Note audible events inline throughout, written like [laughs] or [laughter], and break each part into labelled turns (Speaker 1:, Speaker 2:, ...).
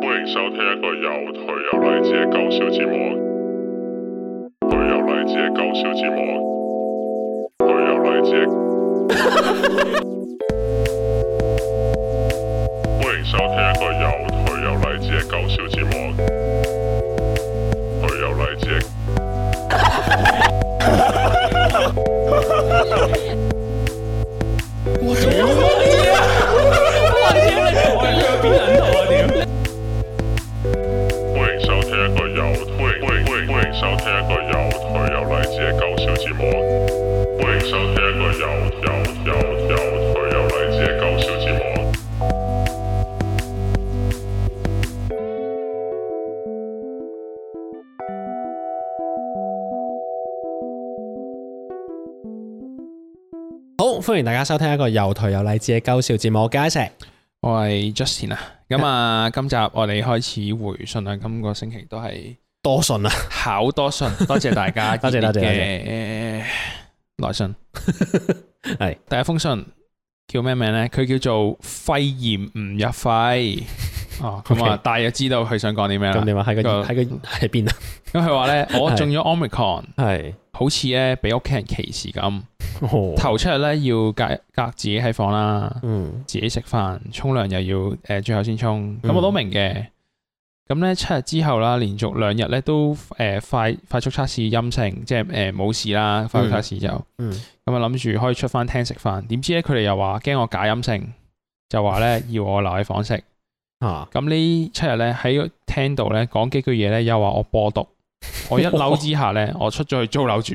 Speaker 1: 歡迎收聽一個有頹有勵志嘅搞笑節目。頹有勵志嘅搞笑節目。頹有勵志嘅。 [laughs] 歡迎收聽一個有頹有勵志嘅搞笑節目。頹有勵志嘅。歡迎收聽一個有歡迎歡迎歡迎歡迎收聽一個有頹有勵志嘅搞笑節目。歡迎收聽一個有有有有頹有勵志嘅搞笑節目。
Speaker 2: 好，歡迎大家收聽一個又頹又勵志嘅鳩笑節目，我係佳石。
Speaker 3: 我係 Justin 啊，
Speaker 2: [laughs]
Speaker 3: 咁啊，今集我哋開始回信啦。今個星期都係
Speaker 2: 多信啊，
Speaker 3: 考
Speaker 2: [laughs]
Speaker 3: 多信，多謝大家
Speaker 2: 多謝多謝
Speaker 3: 熱烈嘅來信。
Speaker 2: [laughs] 係
Speaker 3: 第一封信叫咩名咧？佢叫做肺炎唔
Speaker 2: [laughs]
Speaker 3: 入肺。哦，咁啊，
Speaker 2: OK
Speaker 3: 大約知道佢想講啲咩啦
Speaker 2: 咁。你話喺個
Speaker 3: 個
Speaker 2: 喺個喺邊啊？
Speaker 3: 咁佢話咧，
Speaker 2: [laughs]
Speaker 3: 我
Speaker 2: 係
Speaker 3: 中咗 Omicron，
Speaker 2: 係
Speaker 3: 好似咧俾屋企人歧視咁。
Speaker 2: 哦，
Speaker 3: 頭七日咧要隔隔自己喺房啦。
Speaker 2: 嗯
Speaker 3: 自己食飯、沖涼又要誒、呃最後先沖，咁我都明嘅。咁咧七日之後啦，連續兩日咧都誒、呃快快速測試陰性，即係誒冇事啦。快速測試就咁啊，
Speaker 2: 嗯，
Speaker 3: 諗住可以出翻廳食飯。點知咧佢哋又話驚我假陰性，就話 [laughs] 咧要我留喺房食。
Speaker 2: 啊
Speaker 3: 咁呢七日咧喺個廳度咧講幾句嘢咧，又話我播 [laughs] 毒。我一嬲之下咧，我出咗去租樓住，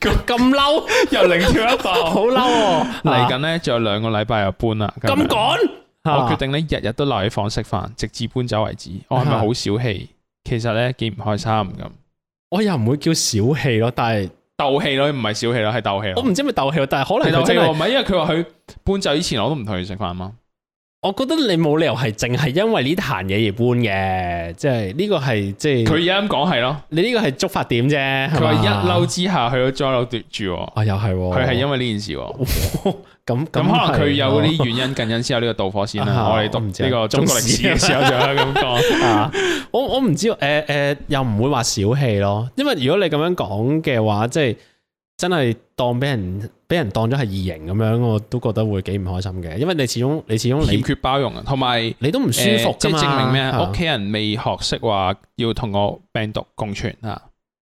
Speaker 2: 咁嬲，
Speaker 3: [laughs] 又零跳一
Speaker 2: 好
Speaker 3: 度。
Speaker 2: 嬲喎，
Speaker 3: [laughs] 嚟緊咧仲有兩個禮拜又搬啦，樣
Speaker 2: 趕，
Speaker 3: 我決
Speaker 2: 定
Speaker 3: 定咧日日都留喺房食飯，直至搬走為止。我
Speaker 2: 啊
Speaker 3: 係咪好小氣？其實咧幾唔開心咁，
Speaker 2: 我又唔會叫小氣咯，但係
Speaker 3: 鬥氣咯，唔係小氣咯，係鬥氣
Speaker 2: 我
Speaker 3: 咯。
Speaker 2: 唔知係咪鬥氣喎，但係可
Speaker 3: 係
Speaker 2: 能佢
Speaker 3: 鬥氣
Speaker 2: 真
Speaker 3: 喎，
Speaker 2: 係，
Speaker 3: 唔係因為佢話佢搬走以前我都唔同佢食飯嘛。
Speaker 2: 我覺得你冇理由係淨係因為呢壇嘢而搬嘅，即係呢個係即係
Speaker 3: 佢而家咁講係咯，
Speaker 2: 你呢嗯個係觸發點啫，
Speaker 3: 佢
Speaker 2: 佢
Speaker 3: 話一嬲之下去咗租樓奪住我，
Speaker 2: 啊又係喎，
Speaker 3: 佢係因為呢件事喎。
Speaker 2: 咁咁
Speaker 3: 咁可能佢有
Speaker 2: 係喎
Speaker 3: 啲原因近因先有呢個導火線
Speaker 2: 啊 [laughs]
Speaker 3: 啦。我哋讀
Speaker 2: 我唔知啊
Speaker 3: 呢個中國歷史嘅時候就係咁
Speaker 2: [laughs]
Speaker 3: 講。
Speaker 2: 啊！我我唔知，誒、誒、又唔會話小氣咯，因為如果你咁樣講嘅話，即係真係當俾人俾人當咗係異形咁樣，我都覺得會幾唔開心嘅，因為你始終你始終 [laughs]
Speaker 3: 欠
Speaker 2: 你
Speaker 3: 缺包容啊，同埋
Speaker 2: 你都唔舒服
Speaker 3: 誒即
Speaker 2: 㗎
Speaker 3: 係
Speaker 2: 嘛，
Speaker 3: 證明咩啊？
Speaker 2: 係
Speaker 3: 屋企人未學識話要同我病毒共存啊！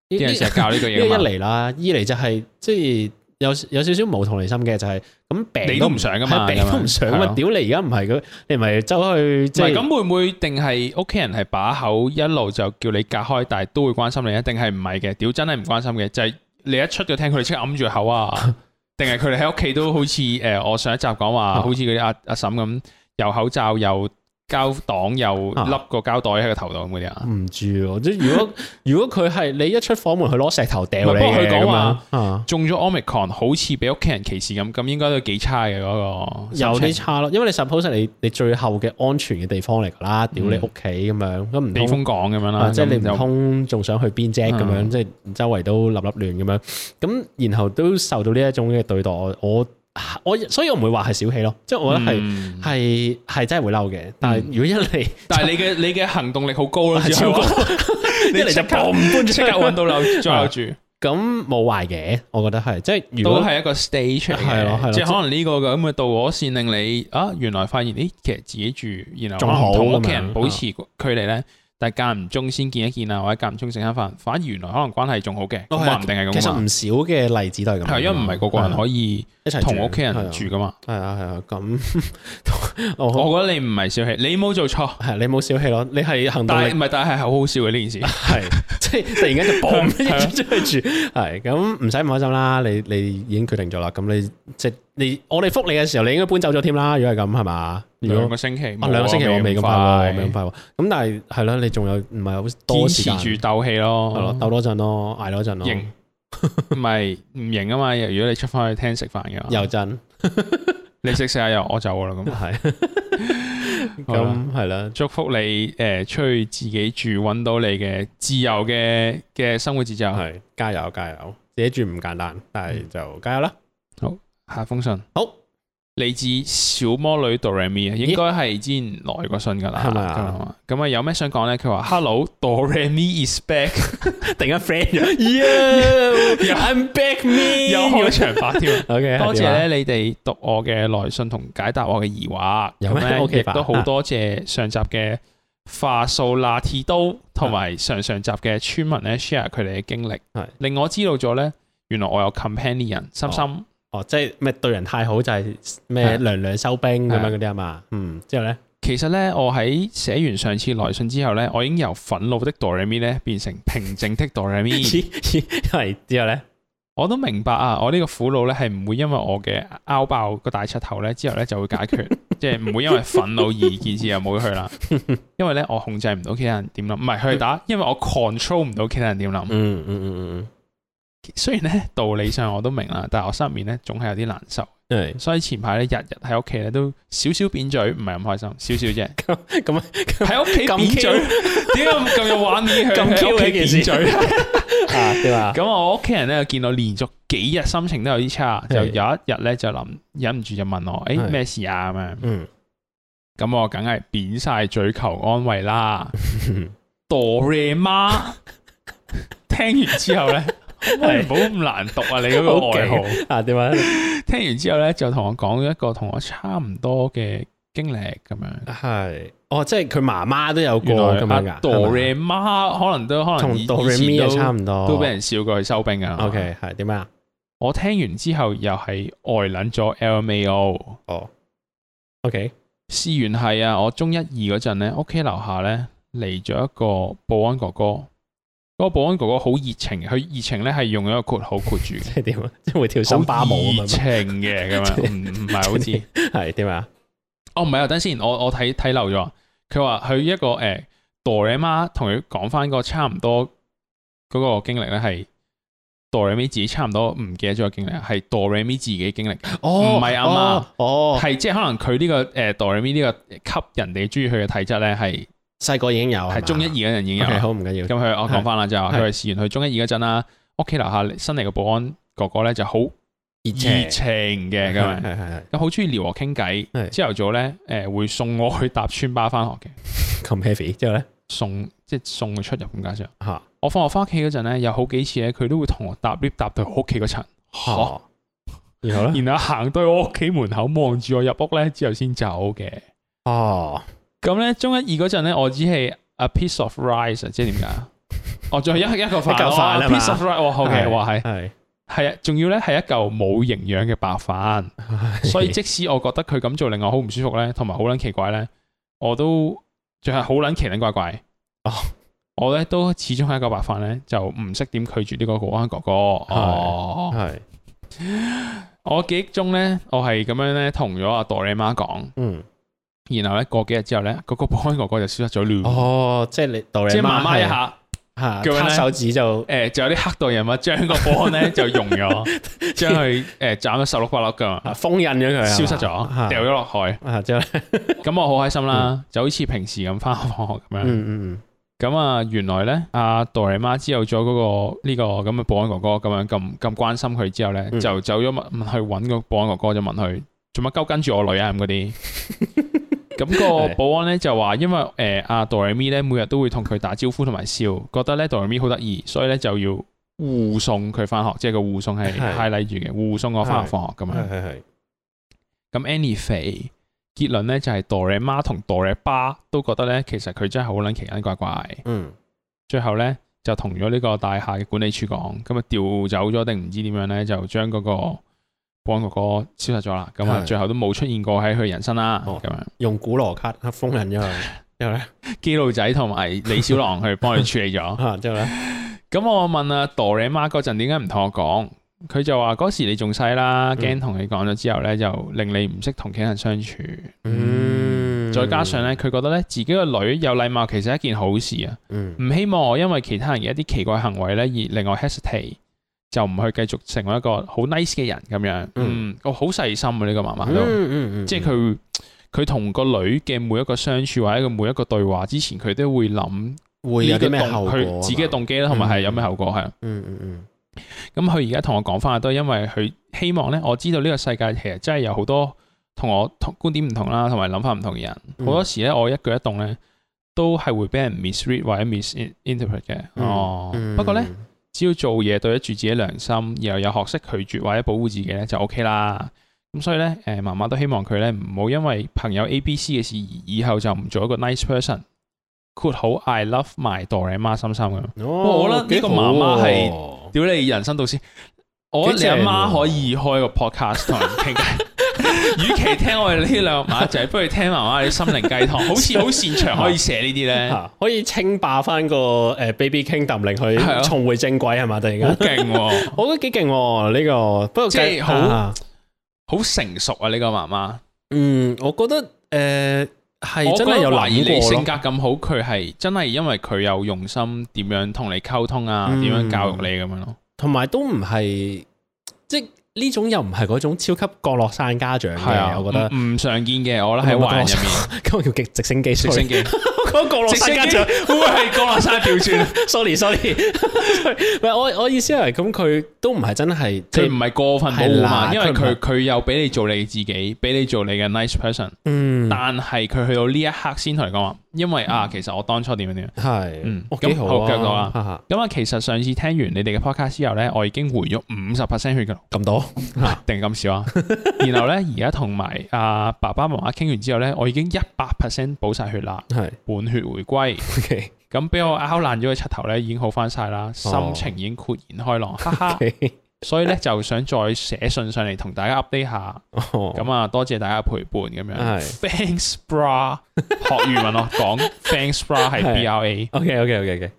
Speaker 2: 呢
Speaker 3: 啲人成日教呢句
Speaker 2: [laughs] 呢
Speaker 3: 嘢
Speaker 2: 一
Speaker 3: 㗎嘛
Speaker 2: 嚟啦，二嚟就係、即係有有少少無同理心嘅，就係、咁病
Speaker 3: 你都唔想噶嘛
Speaker 2: 係病都唔想
Speaker 3: 係
Speaker 2: 嘛，
Speaker 3: 咯
Speaker 2: 屌你而家唔係佢，你咪走去
Speaker 3: 唔
Speaker 2: 即
Speaker 3: 係
Speaker 2: 係
Speaker 3: 咁會唔會定係屋企人係把口一路就叫你隔開，但係都會關心你啊？定係唔係嘅？屌真係唔關心嘅，就係、你一出咗廳，佢哋即刻揞住口啊！定係佢哋喺屋企都好似誒、呃我上一集講話，
Speaker 2: 啊
Speaker 3: 好似嗰啲阿阿嬸咁，又口罩又膠擋又
Speaker 2: 啊
Speaker 3: 笠個膠袋喺個頭度咁嗰啲啊？
Speaker 2: 唔知喎，即係如果 [laughs] 如果佢係你一出房門，佢攞石頭掉
Speaker 3: 唔
Speaker 2: 你
Speaker 3: 係不過佢
Speaker 2: 嘅
Speaker 3: 講
Speaker 2: 咁
Speaker 3: 話
Speaker 2: 樣啊
Speaker 3: 中咗 omicron 好似俾屋企人歧視咁，咁應該都幾差嘅嗰、個心情。
Speaker 2: 有啲差咯，因為你 suppose 你你最後嘅安全嘅地方嚟㗎啦，屌你
Speaker 3: 嗯
Speaker 2: 屋企咁樣，咁唔
Speaker 3: 避
Speaker 2: 通
Speaker 3: 風港咁樣啦，
Speaker 2: 啊，即係你
Speaker 3: 咁就
Speaker 2: 唔通仲想去邊啫咁樣，
Speaker 3: 嗯
Speaker 2: 即係周圍都立立亂咁樣，咁然後都受到呢一種嘅對待，我我我所以我唔會話係小氣咯，即係我覺得係
Speaker 3: 嗯
Speaker 2: 係係真係會嬲嘅，但係如果一嚟
Speaker 3: 但係
Speaker 2: [laughs]
Speaker 3: 你嘅你嘅行動力好高咯，
Speaker 2: 係
Speaker 3: 之
Speaker 2: 啊超
Speaker 3: 後
Speaker 2: 高
Speaker 3: [laughs] 你
Speaker 2: 一嚟就
Speaker 3: 即刻
Speaker 2: 砰搬出
Speaker 3: 即
Speaker 2: 去
Speaker 3: 刻揾到 [laughs] 樓再樓住，
Speaker 2: 咁冇壞嘅，我覺得係即係如
Speaker 3: 都
Speaker 2: 果
Speaker 3: 係一個 stage 嚟
Speaker 2: 係咯係咯
Speaker 3: 嘅，即係可能呢個咁嘅導火線令你啊，原來發現咦，其實自己住，然
Speaker 2: 仲好啊
Speaker 3: 後同屋企
Speaker 2: 咁樣
Speaker 3: 人保持距離咧，但係間唔中先見一見啊，或者間唔中食下飯，反而原來可能關係仲好嘅，
Speaker 2: 哦
Speaker 3: 咁
Speaker 2: 係
Speaker 3: 話唔定係
Speaker 2: 其
Speaker 3: 咁
Speaker 2: 實
Speaker 3: 啊
Speaker 2: 唔
Speaker 3: 嘛，
Speaker 2: 少嘅例子都係咁樣，
Speaker 3: 係啊因為唔係個個人可以
Speaker 2: 一齊
Speaker 3: 同屋企人
Speaker 2: 係啊
Speaker 3: 住噶嘛，
Speaker 2: 係啊係啊，咁 [laughs] 我
Speaker 3: 我覺得你唔係小氣，你冇做錯，
Speaker 2: 係你冇小氣咯，你係行動
Speaker 3: 但係
Speaker 2: 力
Speaker 3: 唔係，但係係好好笑嘅呢件事。
Speaker 2: 係， [laughs] 即係突然間就 boom
Speaker 3: 係啊
Speaker 2: 出去住，係咁唔使唔開心啦，你你已經決定咗啦，咁你即係你我哋覆你嘅時候，你應該搬走咗添啦，如果係咁係嘛？如
Speaker 3: 兩
Speaker 2: 果
Speaker 3: 個星期，
Speaker 2: 啊兩個星期我未咁快喎，未咁
Speaker 3: 咁
Speaker 2: 快喎，咁但係係咯，你仲有唔係好多時間
Speaker 3: 堅
Speaker 2: 係
Speaker 3: 持住鬥氣咯，
Speaker 2: 咯，鬥多陣咯，捱多陣咯，
Speaker 3: 型， [laughs] 唔係唔型啊嘛！如果你出翻去廳食飯
Speaker 2: [laughs]
Speaker 3: 嘅話，
Speaker 2: 又陣
Speaker 3: 你食食下又我走
Speaker 2: [laughs]
Speaker 3: 啦咁。
Speaker 2: 係
Speaker 3: [laughs] 好啦
Speaker 2: 咁係啦，
Speaker 3: 祝福你誒、呃出去自己住，揾到你嘅自由嘅嘅生活節奏。
Speaker 2: 係加
Speaker 3: 嗯
Speaker 2: 油加油，自己住唔簡單，但係就加油啦。
Speaker 3: 下封信，
Speaker 2: 好，
Speaker 3: 嚟自小魔女 Doremi 啊，應該係之前來過信㗎啦，
Speaker 2: 係咪啊
Speaker 3: 啊？咁啊有咩想講咧？佢話 Hello Doremi is back，
Speaker 2: [laughs] 突然間 friend 咗
Speaker 3: [laughs]
Speaker 2: [laughs] ，Yeah，I'm back me，
Speaker 3: 又開場白添。
Speaker 2: ，OK，
Speaker 3: 多
Speaker 2: 係點啊
Speaker 3: 謝咧，你哋讀我嘅來信同解答我嘅疑惑，
Speaker 2: 有咩
Speaker 3: 咁咧
Speaker 2: OK
Speaker 3: 亦
Speaker 2: 吧
Speaker 3: 都好多謝上集嘅化素拿鐵刀
Speaker 2: [laughs]
Speaker 3: 同埋上上集嘅村民咧 share 佢哋嘅經歷
Speaker 2: 係，
Speaker 3: 令我知道咗咧，原來我有 companion 心心
Speaker 2: 哦，即係咩對人太好就係
Speaker 3: 係
Speaker 2: 咩娘娘收兵咁
Speaker 3: 係
Speaker 2: 樣嗰啲啊嘛，嗯，之後咧，
Speaker 3: 其實咧，我喺寫完上次來信之後咧，我已經由憤怒的 Doremi 咧變成平靜的 Doremi。
Speaker 2: 咦 [laughs] 咦係之後咧，
Speaker 3: 我都明白啊，我呢個苦惱咧係唔會因為我嘅拗爆個大柒頭咧之後咧就會解決，
Speaker 2: [laughs]
Speaker 3: 即係唔會因為憤怒而件事又冇咗去啦。因為咧我控制唔到其他人點諗，唔係佢打，因為我 control 唔到其他人點諗。
Speaker 2: 嗯嗯嗯
Speaker 3: 雖然咧道理上我都明啦，但係我心入面咧總係有啲難受，
Speaker 2: 嗯嗯，
Speaker 3: 所以前排咧日日喺屋企咧都少少扁嘴，唔係咁開心，少少啫。
Speaker 2: 係 [laughs] 咁
Speaker 3: 喺屋企
Speaker 2: 咁
Speaker 3: 扁嘴，點解咁咁有畫面？
Speaker 2: 咁
Speaker 3: 喺
Speaker 2: Q
Speaker 3: 屋企
Speaker 2: 嘅一件事
Speaker 3: 扁嘴。
Speaker 2: 啊點啊？
Speaker 3: [laughs] 咁我屋企人咧，見到連續幾日心情都有啲差，就
Speaker 2: 係
Speaker 3: 有一日咧就諗忍唔住就問我：，誒
Speaker 2: 係
Speaker 3: 咩事啊？咁樣， [laughs]
Speaker 2: 嗯，
Speaker 3: 咁我梗係扁晒嘴求安慰啦。哆瑞媽，
Speaker 2: [laughs]
Speaker 3: 聽完之後咧，喂唔好咁難讀啊！你嗰個
Speaker 2: 好
Speaker 3: 外
Speaker 2: 勁
Speaker 3: 號。
Speaker 2: 啊點啊？
Speaker 3: 聽完之後咧，就同我講咗一個同我差唔多嘅經歷咁樣。
Speaker 2: 係，哦，即係佢媽媽都有過
Speaker 3: 原
Speaker 2: 咁樣
Speaker 3: 來阿
Speaker 2: 噶，
Speaker 3: 哆
Speaker 2: 係咪
Speaker 3: 瑞媽可能都可能以
Speaker 2: 同哆瑞咪
Speaker 3: 以
Speaker 2: 又
Speaker 3: 前都
Speaker 2: 差唔多，
Speaker 3: 都俾人笑過去收兵啊。
Speaker 2: OK 係點啊？
Speaker 3: 我聽完之後又係呆撚咗 LMAO。
Speaker 2: 哦，OK，
Speaker 3: 事源係啊，我中一二嗰陣咧，屋企樓下咧嚟咗一個保安哥哥。嗰個保安哥哥好熱情，佢熱情咧係用一個括號括住嘅，
Speaker 2: [laughs] 即係點啊？即係會跳森巴舞
Speaker 3: 好熱
Speaker 2: 咁樣，啊
Speaker 3: 情嘅
Speaker 2: [laughs]
Speaker 3: 咁樣，唔唔係好似。
Speaker 2: 係點啊？
Speaker 3: 哦，唔係啊，等先，我我睇睇漏咗。佢話佢一個誒哆唻媽同佢講翻個差唔多嗰個經歷咧，係哆唻咪自己差唔多唔記得咗個經歷，係哆唻咪自己經歷，
Speaker 2: 哦，
Speaker 3: 唔係阿媽
Speaker 2: 哦，哦，
Speaker 3: 係即係可能佢呢、個誒哆唻咪呢個吸人哋中意佢嘅體質咧，係
Speaker 2: 細個已經有，
Speaker 3: 係中一二嗰陣已經
Speaker 2: 哦
Speaker 3: 有
Speaker 2: OK，
Speaker 3: 啦。
Speaker 2: 好唔緊要
Speaker 3: 咁，佢我講翻啦，就係話
Speaker 2: 係
Speaker 3: 佢係試完佢中一二嗰陣啦，屋企樓下新嚟嘅保安哥哥咧就好
Speaker 2: 熱
Speaker 3: 熱
Speaker 2: 情
Speaker 3: 情嘅咁
Speaker 2: 係
Speaker 3: 樣。
Speaker 2: 係係
Speaker 3: 咁好中意撩我傾偈，
Speaker 2: 係
Speaker 3: 朝頭早咧，誒、會送我去搭村巴翻學嘅，
Speaker 2: 係咁 heavy 之後咧
Speaker 3: 送即係送佢出入咁加上。
Speaker 2: 嚇
Speaker 3: 我放學翻屋企嗰陣咧，有好幾次咧，佢都會同我搭 lift 搭到屋企嗰層，
Speaker 2: 嚇，然後咧
Speaker 3: 然後行到我屋企門口望住我入屋咧，之後先走嘅。
Speaker 2: 哦，
Speaker 3: 咁咧中一二嗰陣咧，我只係 a piece of rice，啊即係點
Speaker 2: [laughs]
Speaker 3: 解啊？我仲係一一個飯，
Speaker 2: 一嚿飯
Speaker 3: 我話
Speaker 2: 啊嘛
Speaker 3: piece of rice，我 OK，
Speaker 2: 係
Speaker 3: 話係
Speaker 2: 係
Speaker 3: 係啊，仲要咧係一嚿冇營養嘅白飯。
Speaker 2: [laughs]
Speaker 3: [laughs] 所以即使我覺得佢咁做令我好唔舒服咧，同埋好撚奇怪咧，我都仲係好撚奇撚怪怪。
Speaker 2: 哦，
Speaker 3: 我咧都始終係一個白飯咧，就唔識點拒絕呢個保安哥哥。哦，
Speaker 2: 係
Speaker 3: 我記憶中咧，我係咁樣咧同咗阿朵你媽講，
Speaker 2: 嗯
Speaker 3: 然後咧過幾日之後咧，嗰、個保安哥哥就消失咗亂。
Speaker 2: 哦，即係你到你
Speaker 3: 即係媽媽一
Speaker 2: 係
Speaker 3: 下，
Speaker 2: 嚇
Speaker 3: 咁樣
Speaker 2: 拍
Speaker 3: 咧
Speaker 2: 手指就
Speaker 3: 誒、就呃有啲黑道人物將個保
Speaker 2: [laughs]
Speaker 3: 安咧就用咗，將佢誒斬咗十六八粒噶
Speaker 2: 啊封印咗佢，
Speaker 3: 消失
Speaker 2: 啊
Speaker 3: 咗，掉咗落海。
Speaker 2: 啊之後咧
Speaker 3: 咁我好開心啦，就好似平時咁翻學放學咁樣。
Speaker 2: 嗯嗯
Speaker 3: 咁啊，原來咧，阿哆莉媽知道咗嗰個呢個咁嘅保安哥哥咁樣咁咁關心佢之後咧，
Speaker 2: 嗯
Speaker 3: 就走咗問問去揾個保安哥哥，就問佢做乜鳩跟住我女啊咁嗰
Speaker 2: [laughs]
Speaker 3: 啲。咁個
Speaker 2: 係
Speaker 3: 保安咧就話，因為誒阿哆莉咪咧每日都會同佢打招呼同埋笑，覺得咧哆莉咪好得意，所以咧就要護送佢翻學，即係個護送係
Speaker 2: 係
Speaker 3: highlight 住嘅，護送我翻學放學咁
Speaker 2: 嗯
Speaker 3: 樣。
Speaker 2: 係係係
Speaker 3: 咁 Annie 肥結論咧就係哆莉媽同哆莉巴都覺得咧，其實佢真係好撚奇撚怪怪。
Speaker 2: 嗯
Speaker 3: 最後咧就同咗呢個大廈嘅管理處講，咁啊調走咗定唔知點樣咧，就將嗰個保安哥哥消失咗啦。咁啊，
Speaker 2: 係
Speaker 3: 最後都冇出現過喺佢人生啦。咁、
Speaker 2: 哦
Speaker 3: 樣，
Speaker 2: 用古羅卡封印咗佢，
Speaker 3: [laughs]
Speaker 2: 之後咧
Speaker 3: 基佬仔同埋李小狼去幫佢處理
Speaker 2: [laughs]
Speaker 3: 咗。
Speaker 2: 啊之後咧
Speaker 3: 咁我問啊哆你媽嗰陣點解唔同我講？佢就話嗰時你仲細啦，
Speaker 2: 嗯
Speaker 3: 驚同你講咗之後咧，就令你唔識同其他人相處。
Speaker 2: 嗯
Speaker 3: 再加上咧，佢覺得咧自己個女有禮貌其實係一件好事啊。
Speaker 2: 嗯
Speaker 3: 唔希望我因為其他人嘅一啲奇怪行為咧而令我 hesitate，就唔去繼續成為一個好 nice 嘅人咁樣。
Speaker 2: 嗯
Speaker 3: 嗯，我好細心啊呢個媽媽都，
Speaker 2: 嗯嗯
Speaker 3: 即係佢佢同個女嘅每一個相處或者佢每一個對話之前，佢都會諗
Speaker 2: 佢會有
Speaker 3: 呢個
Speaker 2: 啲咩
Speaker 3: 動
Speaker 2: 後果啊嘛
Speaker 3: 佢自己嘅動機啦，同埋係有咩後果係。
Speaker 2: 嗯嗯嗯
Speaker 3: 咁佢而家同我講翻都係因為佢希望咧，我知道呢個世界其實真係有好多同我同觀點唔同啦，同埋諗法唔同嘅人，好
Speaker 2: 嗯
Speaker 3: 多時咧我一舉一動咧都係會俾人 misread 或者 misinterpret 嘅。
Speaker 2: 嗯
Speaker 3: 哦，
Speaker 2: 嗯
Speaker 3: 不過咧。只要做嘢對得住自己良心，然後有學識拒絕或者保護自己咧，就 O K 啦。咁所以咧，誒媽媽都希望佢咧唔好因為朋友 A、B、C 嘅事而以後就唔做一個 nice person。括好 I love my d o r 媽心心咁。
Speaker 2: 哦
Speaker 3: 我覺得呢個
Speaker 2: 幾好
Speaker 3: 媽媽係
Speaker 2: 喎
Speaker 3: 屌你人生導師，我
Speaker 2: 幾
Speaker 3: 你阿
Speaker 2: 正
Speaker 3: 媽
Speaker 2: 喎
Speaker 3: 可以開個 podcast 同人
Speaker 2: [laughs]
Speaker 3: 傾偈。與其聽我哋呢兩個馬仔，不如聽媽媽你心靈雞湯，
Speaker 2: [laughs]
Speaker 3: 好似好擅長可以寫呢啲咧，好
Speaker 2: 嚇啊可以稱霸翻個誒 Baby Kingdom 令
Speaker 3: 係啊
Speaker 2: 佢重回正軌係嘛？突然間，
Speaker 3: 勁喎！
Speaker 2: 我覺得幾勁喎呢個，不過
Speaker 3: 即係
Speaker 2: 計
Speaker 3: 好
Speaker 2: 啊
Speaker 3: 好成熟啊！呢個媽媽，
Speaker 2: 嗯，我覺得誒係
Speaker 3: 我
Speaker 2: 真
Speaker 3: 覺
Speaker 2: 係
Speaker 3: 得
Speaker 2: 有
Speaker 3: 懷疑你
Speaker 2: 諗過咯
Speaker 3: 性格咁好，佢係真係因為佢有用心點樣同你溝通啊，
Speaker 2: 嗯
Speaker 3: 點樣教育你咁樣咯。
Speaker 2: 同埋都唔係即係呢種又唔係嗰種超級降落傘家長
Speaker 3: 係啊，
Speaker 2: 嘅，我覺得
Speaker 3: 唔唔常見嘅，我覺得喺
Speaker 2: 唔係
Speaker 3: 華人入
Speaker 2: 降落 [laughs] 今
Speaker 3: 面，
Speaker 2: 日叫直直升機，
Speaker 3: 直
Speaker 2: sorry [laughs]
Speaker 3: 升機，
Speaker 2: 講降落
Speaker 3: 直
Speaker 2: 傘
Speaker 3: 升
Speaker 2: 家
Speaker 3: 機
Speaker 2: 長 [laughs]
Speaker 3: 會唔會係降落傘調轉啊？
Speaker 2: ，sorry sorry，唔係我我意思係咁，佢都唔係真係即
Speaker 3: 佢唔
Speaker 2: 係
Speaker 3: 係過分保護嘛，
Speaker 2: 係啦
Speaker 3: 因為
Speaker 2: 佢
Speaker 3: 佢
Speaker 2: 唔係
Speaker 3: 佢又俾你做你自己，俾你做你嘅 nice person，
Speaker 2: 嗯
Speaker 3: 但係佢去到呢一刻先同你講話，因為啊，其實我當初點樣點樣。
Speaker 2: 係
Speaker 3: 嗯
Speaker 2: 哦
Speaker 3: 咁
Speaker 2: 幾好
Speaker 3: 好繼續講
Speaker 2: 啊
Speaker 3: 啊
Speaker 2: 哈哈，
Speaker 3: 咁啊，其實上次聽完你哋嘅 podcast 之後咧，我已經回咗五十 percent 血㗎啦
Speaker 2: 咁多
Speaker 3: 定咁
Speaker 2: [laughs]
Speaker 3: 少啊？然後咧，而家同埋阿爸爸媽媽傾完之後咧，我已經一百 percent 補晒血啦，
Speaker 2: 係
Speaker 3: 滿血回歸。
Speaker 2: OK
Speaker 3: 咁俾我拗爛咗嘅柒頭咧，已經好翻晒
Speaker 2: 哦
Speaker 3: 啦，心情已經豁然
Speaker 2: [laughs]
Speaker 3: 開朗，哈哈。
Speaker 2: OK，
Speaker 3: 所以咧就想再寫信上嚟同大家 update 下，
Speaker 2: 哦啊
Speaker 3: 咁啊多謝大家陪伴咁樣。
Speaker 2: 係
Speaker 3: Thanks bra，學語文
Speaker 2: [laughs]
Speaker 3: 咯，講 Thanks bra 係
Speaker 2: 係
Speaker 3: B R A
Speaker 2: OK OK OK OK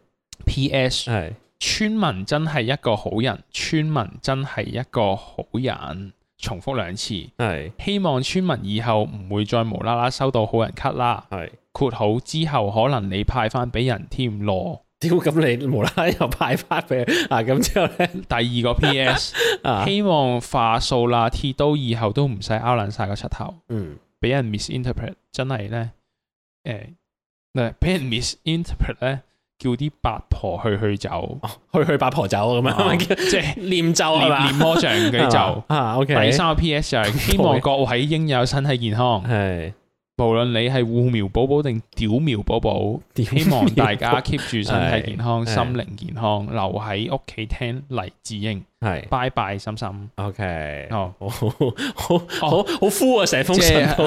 Speaker 3: P S。
Speaker 2: 係
Speaker 3: 村民真係一個好人，村民真係一個好人。重複兩次。
Speaker 2: 係
Speaker 3: 希望村民以後唔會再無啦啦收到好人卡啦。
Speaker 2: 係。
Speaker 3: 括號之後可能你派翻俾人添咯。
Speaker 2: 屌，咁你無啦啦又派發俾佢啊？咁之後咧
Speaker 3: 第二個 P.S.
Speaker 2: [laughs] 啊，
Speaker 3: 希望化數啦，鐵刀以後都唔使拗爛晒個柒頭，
Speaker 2: 嗯，
Speaker 3: 俾人 misinterpret 真係咧誒嗱，俾人 misinterpret 咧，叫啲八婆去去走，
Speaker 2: 去去八婆酒咁
Speaker 3: 啊
Speaker 2: 樣，
Speaker 3: [laughs] 即係
Speaker 2: 念咒哦係
Speaker 3: 念念
Speaker 2: 嘛？
Speaker 3: 魔像嗰啲
Speaker 2: [laughs] 係
Speaker 3: 走
Speaker 2: 嘛。啊，OK，
Speaker 3: 第三個 P.S.
Speaker 2: [laughs]
Speaker 3: 就係希望各位應有身體健康。
Speaker 2: 係
Speaker 3: 無論你係護苗寶寶定屌苗
Speaker 2: [laughs]
Speaker 3: 寶寶，
Speaker 2: 屌
Speaker 3: 希望大家
Speaker 2: [laughs] 苗寶
Speaker 3: keep 住身體健康、
Speaker 2: 係
Speaker 3: 心靈健康，留喺屋企聽黎智英，
Speaker 2: 係
Speaker 3: 拜拜，心心。
Speaker 2: OK，
Speaker 3: 哦，
Speaker 2: 好好好好好 full 啊！成封
Speaker 3: 即
Speaker 2: 信
Speaker 3: 係
Speaker 2: 都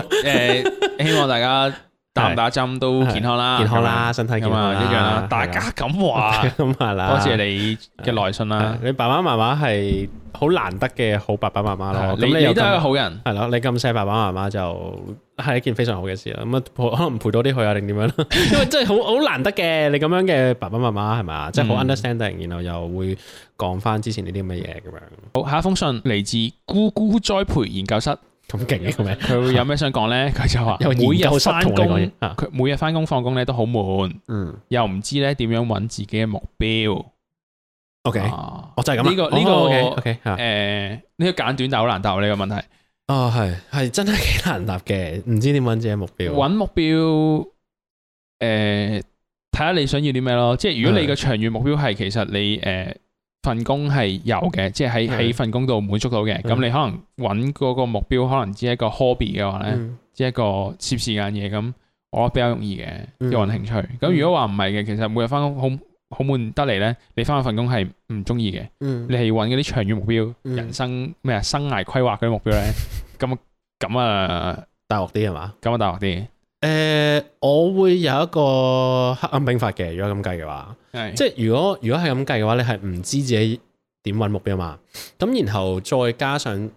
Speaker 3: 誒，希望大家打唔打針都健康啦，
Speaker 2: 健康啦，身體健
Speaker 3: 啊咁
Speaker 2: 康
Speaker 3: 啊
Speaker 2: 啦
Speaker 3: 一樣啦。大
Speaker 2: 係
Speaker 3: 家
Speaker 2: 啊
Speaker 3: 咁話，
Speaker 2: 咁 [laughs] 係啦，
Speaker 3: 多謝你嘅來信啦
Speaker 2: 係。啊你爸爸媽媽係好難得嘅好爸爸媽媽咯。
Speaker 3: 你
Speaker 2: 啊咁
Speaker 3: 你
Speaker 2: 又
Speaker 3: 都係一個
Speaker 2: 咁
Speaker 3: 好人，
Speaker 2: 係咯，你咁錫爸爸媽媽就係一件非常好嘅事啦。咁啊陪，可能陪多啲佢啊，定點樣啦？ [laughs] 因為真係好好難得嘅，你咁樣嘅爸爸媽媽係嘛，啊即係好
Speaker 3: 嗯
Speaker 2: understanding，然後又會講翻之前呢啲咁嘅嘢咁樣，
Speaker 3: 好，下一封信嚟自姑姑栽培研究
Speaker 2: [laughs]
Speaker 3: 室。
Speaker 2: 咁勁嘅咁樣，
Speaker 3: 佢會有咩想講
Speaker 2: [laughs]
Speaker 3: 咧？佢就話
Speaker 2: 有
Speaker 3: 每
Speaker 2: 研
Speaker 3: 日
Speaker 2: 究室
Speaker 3: 翻
Speaker 2: 同你講嘢
Speaker 3: 工，
Speaker 2: 啊
Speaker 3: 佢每日翻工放工咧都好悶，
Speaker 2: 嗯
Speaker 3: 又唔知咧點樣揾自己嘅目標。
Speaker 2: ，OK，
Speaker 3: 啊
Speaker 2: 我就係咁啦
Speaker 3: 呢個呢個
Speaker 2: 哦，OK，OK，嚇
Speaker 3: 誒，呢個簡短但好難答呢個問題。
Speaker 2: 哦，係係真係幾難答嘅，唔知點揾自己目啊標。
Speaker 3: 揾目標，誒，睇下你想要啲咩咯。即係如果你嘅長遠目標係其實你誒份工係有嘅，即係喺
Speaker 2: 嗯
Speaker 3: 喺份工度滿足到嘅，咁
Speaker 2: 嗯
Speaker 3: 你可能揾嗰個目標，可能只係一個 hobby 嘅話咧。
Speaker 2: 嗯
Speaker 3: 即係一個攝時間嘢咁，我覺得比較容易嘅，
Speaker 2: 嗯
Speaker 3: 有揾興趣。咁
Speaker 2: 嗯
Speaker 3: 如果話唔係嘅，其實每日翻工好好悶得嚟咧，你翻嗰份工係唔中意嘅，
Speaker 2: 嗯
Speaker 3: 你係揾嗰啲長遠目標、
Speaker 2: 嗯
Speaker 3: 人生咩啊生涯規劃嗰啲目標咧，咁咁啊
Speaker 2: 大學啲係嘛？
Speaker 3: 咁啊大學啲，
Speaker 2: 誒、呃我會有一個黑暗兵法嘅，如果咁計嘅話。
Speaker 3: 係
Speaker 2: 即係如果如果係咁計嘅話，你係唔知自己點揾目標嘛？咁然後再加上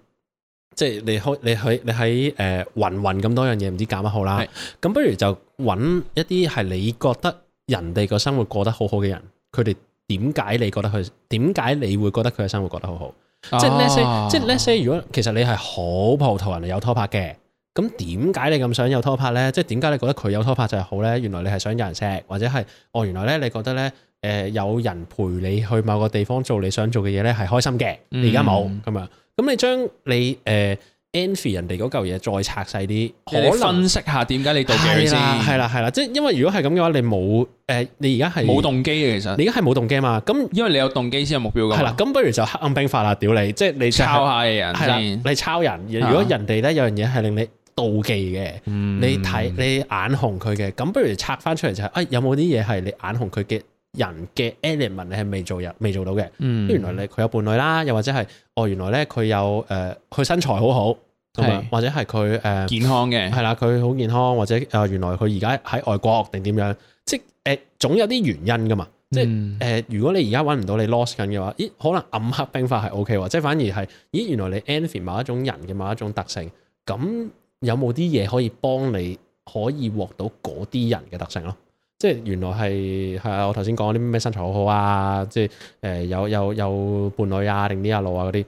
Speaker 2: 即係你開你喺你喺誒混混咁多樣嘢，唔知搞乜好啦
Speaker 3: 係。
Speaker 2: 咁不如就揾一啲係你覺得人哋個生活過得好好嘅人，佢哋點解你覺得佢點解你會覺得佢嘅生活過得好好？
Speaker 3: 啊
Speaker 2: 即係 let's say，即係 let's say，如果其實你係好葡萄人哋有拖拍嘅，咁點解你咁想有拖拍咧？即係點解你覺得佢有拖拍就係好咧？原來你係想有人錫，或者係哦，原來咧你覺得咧誒、呃有人陪你去某個地方做你想做嘅嘢咧係開心嘅，你而家冇
Speaker 3: 嗯
Speaker 2: 咁樣，咁你將你誒、呃 envy 人哋嗰嚿嘢再拆細啲，
Speaker 3: 即係你
Speaker 2: 可能
Speaker 3: 分析下點解你妒忌佢先，
Speaker 2: 啦，係啦係啦，即係因為如果係咁嘅話，你冇誒、呃你而家係
Speaker 3: 冇動機嘅其實，
Speaker 2: 你而家係冇動機嘛？咁
Speaker 3: 因為你有動機先有目標噶
Speaker 2: 係啦
Speaker 3: 嘛，，
Speaker 2: 咁不如就黑暗兵法啦，屌你！即係你就係
Speaker 3: 抄下嘅人
Speaker 2: 係啦，
Speaker 3: 先，啊
Speaker 2: 你抄人。如果人哋咧有樣嘢係令你妒忌嘅，
Speaker 3: 嗯
Speaker 2: 你睇你眼紅佢嘅，咁不如拆翻出嚟就係、哎有冇啲嘢係你眼紅佢嘅人嘅 element 你係未做入未做到嘅？
Speaker 3: 嗯
Speaker 2: 原來你佢有伴侶啦，又或者係哦原來咧佢有呃誒佢、身材好好咁啊
Speaker 3: 係，
Speaker 2: 或者係佢誒
Speaker 3: 健康嘅，
Speaker 2: 係啦，佢好健康，或者誒、呃原來佢而家喺外國定點樣，即係誒、呃、總有啲原因噶嘛，即係。
Speaker 3: 嗯
Speaker 2: 誒、呃如果你而家揾唔到你 lost 緊嘅話，咦，可能暗黑兵法係 O K 喎，即係反而係，咦，原來你 envy 某一種人嘅某一種特性，咁有冇啲嘢可以幫你可以獲到嗰啲人嘅特性咯？即係原來係係啊，我頭先講啲咩身材好好啊，即係誒、有有有伴侶啊，定啲啊路啊嗰啲，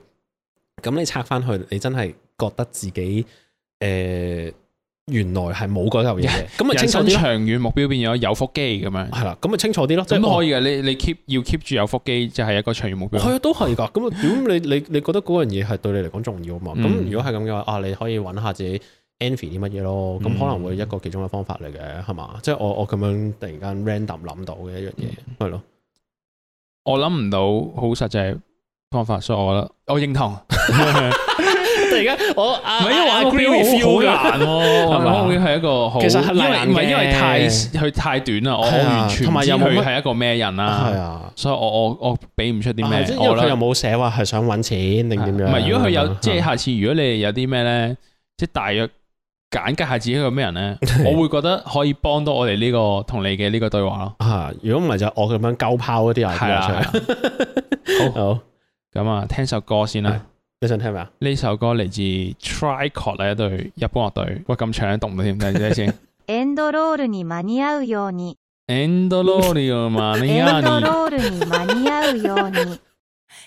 Speaker 2: 咁你拆翻去，你真係覺得自己誒、原來係冇嗰嚿嘢嘅，咁咪啊
Speaker 3: 人
Speaker 2: 清楚
Speaker 3: 生
Speaker 2: 啲
Speaker 3: 長
Speaker 2: 咯，
Speaker 3: 遠目標變咗有腹肌咁樣，
Speaker 2: 係啦，咁咪清楚啲咯，即係
Speaker 3: 咁
Speaker 2: 哦
Speaker 3: 可以嘅。你你 keep 要 keep 住有腹肌，就係一個長遠目標。
Speaker 2: 係啊，都係㗎。咁啊，點你你你覺得嗰樣嘢係對你嚟講重要嘛？咁、
Speaker 3: 嗯
Speaker 2: 如果係咁嘅話，啊，你可以揾下自己 envy 啲乜嘢咯。咁
Speaker 3: 嗯
Speaker 2: 可能會一個其中嘅方法嚟嘅，係嘛？即係我我咁樣突然間 random 諗到嘅一樣嘢，係咯。
Speaker 3: 我諗唔到好實際方法，所以我覺得我認同。
Speaker 2: 突然間啊我啊唔
Speaker 3: 唔係因為我 agree with you 難 [laughs] 喎，係咪？我會係一個好，
Speaker 2: 其實係
Speaker 3: 因為
Speaker 2: 難
Speaker 3: 唔係因為
Speaker 2: 嘅
Speaker 3: 太佢太短啦，我我
Speaker 2: 係啊
Speaker 3: 完全
Speaker 2: 同
Speaker 3: 唔
Speaker 2: 埋
Speaker 3: 知
Speaker 2: 又冇乜
Speaker 3: 佢係一個咩人
Speaker 2: 係
Speaker 3: 啦，
Speaker 2: 啊，
Speaker 3: 所以我我我俾唔出啲
Speaker 2: 啊
Speaker 3: 咩
Speaker 2: 即係，因
Speaker 3: 我
Speaker 2: 為佢
Speaker 3: 啦
Speaker 2: 又。冇寫話係想揾錢定點樣。
Speaker 3: 唔係，如果佢有
Speaker 2: 啊
Speaker 3: 即係下次，如果你有啲咩咧，即係大約簡介下自己係個咩
Speaker 2: [laughs]
Speaker 3: 人咧，我會覺得可以幫到我哋呢個同你嘅呢個對話咯。
Speaker 2: 啊，如果唔係就我咁樣鳩拋嗰啲
Speaker 3: 係啊
Speaker 2: idea
Speaker 3: 啦，
Speaker 2: 出
Speaker 3: 係
Speaker 2: 嚟。
Speaker 3: 啦
Speaker 2: 好，
Speaker 3: 咁啊，聽首歌先啦。
Speaker 2: 你想聽咩啊？
Speaker 3: 呢首歌嚟自 Tricot 咧，一隊日本樂隊。喂，咁長讀唔到添，等
Speaker 2: [laughs]
Speaker 3: 陣先。
Speaker 4: エンドロールに間に合うように、
Speaker 3: エンドロリオマニ
Speaker 4: エ
Speaker 3: ア
Speaker 4: ンド
Speaker 3: ニ。
Speaker 4: ロールに間に合うように。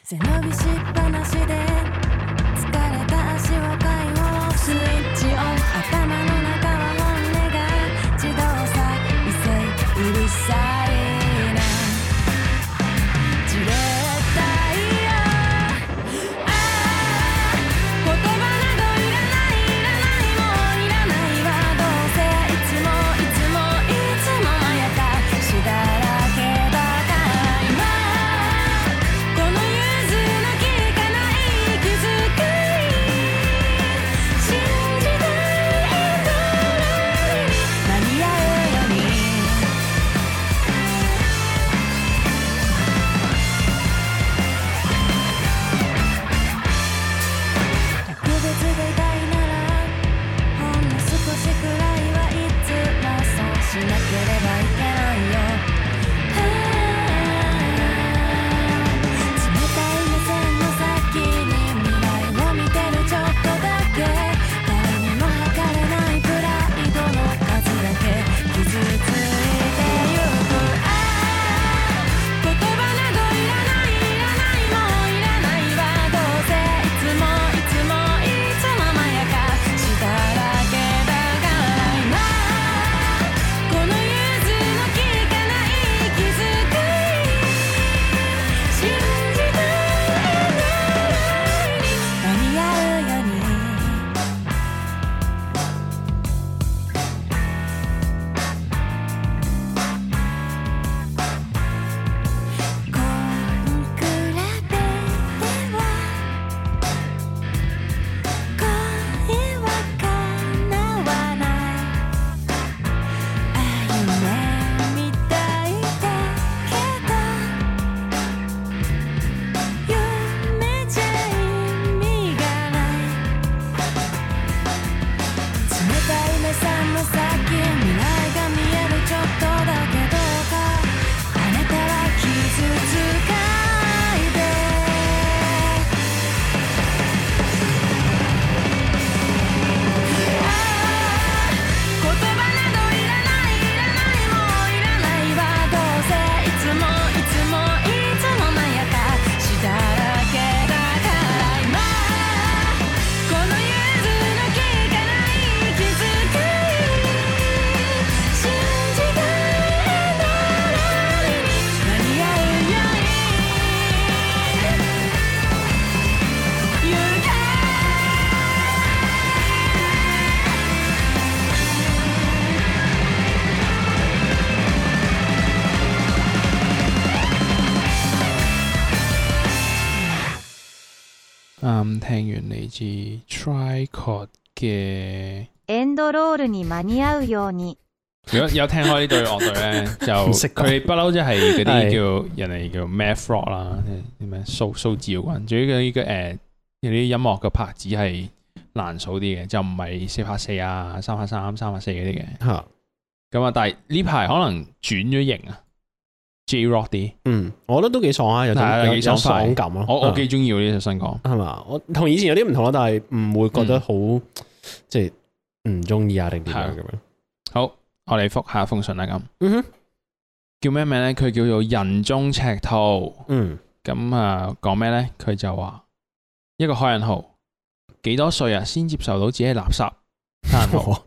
Speaker 5: 背伸びしっぱなしで疲れた足を解放スイッチオン頭の中は本音が自動さ異性うるさいなじれったいよああ言葉などいらないいらないもういらないわどうせいつもいつもいつもやったしだらけだから今この融通の利かない気遣い信じたいドラに間に合うように特別でいたいならほんの少しくらいはいつもそうしなければいけないよああ冷たい目線の先に未来を見てるちょっとだけ誰にも測れないプライドの数だけ傷ついてゆくああ言葉などいらないいらないもういらないわどうせいつもいつもいつもまやかしただけだから今この融通の利かない気遣い信じたいなら間に合うように」「こんくらべでは恋は叶わない」「あ夢みたいだけど」「夢じゃ意味がない」「冷たい目線の先未来が見えるちょっとだけどうか」「あなたは傷つかないで」言葉などいらないいらないもういらないわどうせいつもいつもいつもいつもまやかしただけだから今この融通の利かない気遣い信じたいならに間に合うようにゆか
Speaker 3: 嗯啱聽完嚟自 Tricot 嘅
Speaker 4: エンドロールに間に合うように。
Speaker 3: 如果有聽開呢隊樂隊咧，就
Speaker 2: [laughs] 唔識講
Speaker 3: 佢哋不嬲即係
Speaker 2: 係
Speaker 3: 嗰啲叫人哋叫 math rock 啦，即係啲咩數數字有關。至於佢呢個誒有啲音樂嘅拍子係難數啲嘅，就唔係四拍四啊、三拍三、三拍四嗰啲嘅。
Speaker 2: 吓，
Speaker 3: 咁啊，但係呢排可能轉咗型啊，J rock 啲，
Speaker 2: 嗯，我覺得都幾爽啊，有種
Speaker 3: 係啊
Speaker 2: 有
Speaker 3: 幾
Speaker 2: 有
Speaker 3: 爽快
Speaker 2: 爽感咯。
Speaker 3: 我我
Speaker 2: 啊
Speaker 3: 幾中意呢隻新歌。
Speaker 2: 係嘛？我同以前有啲唔同咯，但係唔會覺
Speaker 3: 嗯
Speaker 2: 得好、即係唔中意啊，定點樣咁樣？
Speaker 3: 好，我哋覆下封信啦，咁
Speaker 2: 嗯哼，
Speaker 3: 叫咩名咧？佢叫做人中赤兔。
Speaker 2: 嗯，
Speaker 3: 咁啊，講咩呢？佢就話一個海人號幾多歲啊，先接受到自己係垃
Speaker 2: [laughs]
Speaker 3: 圾？海人號
Speaker 2: 哇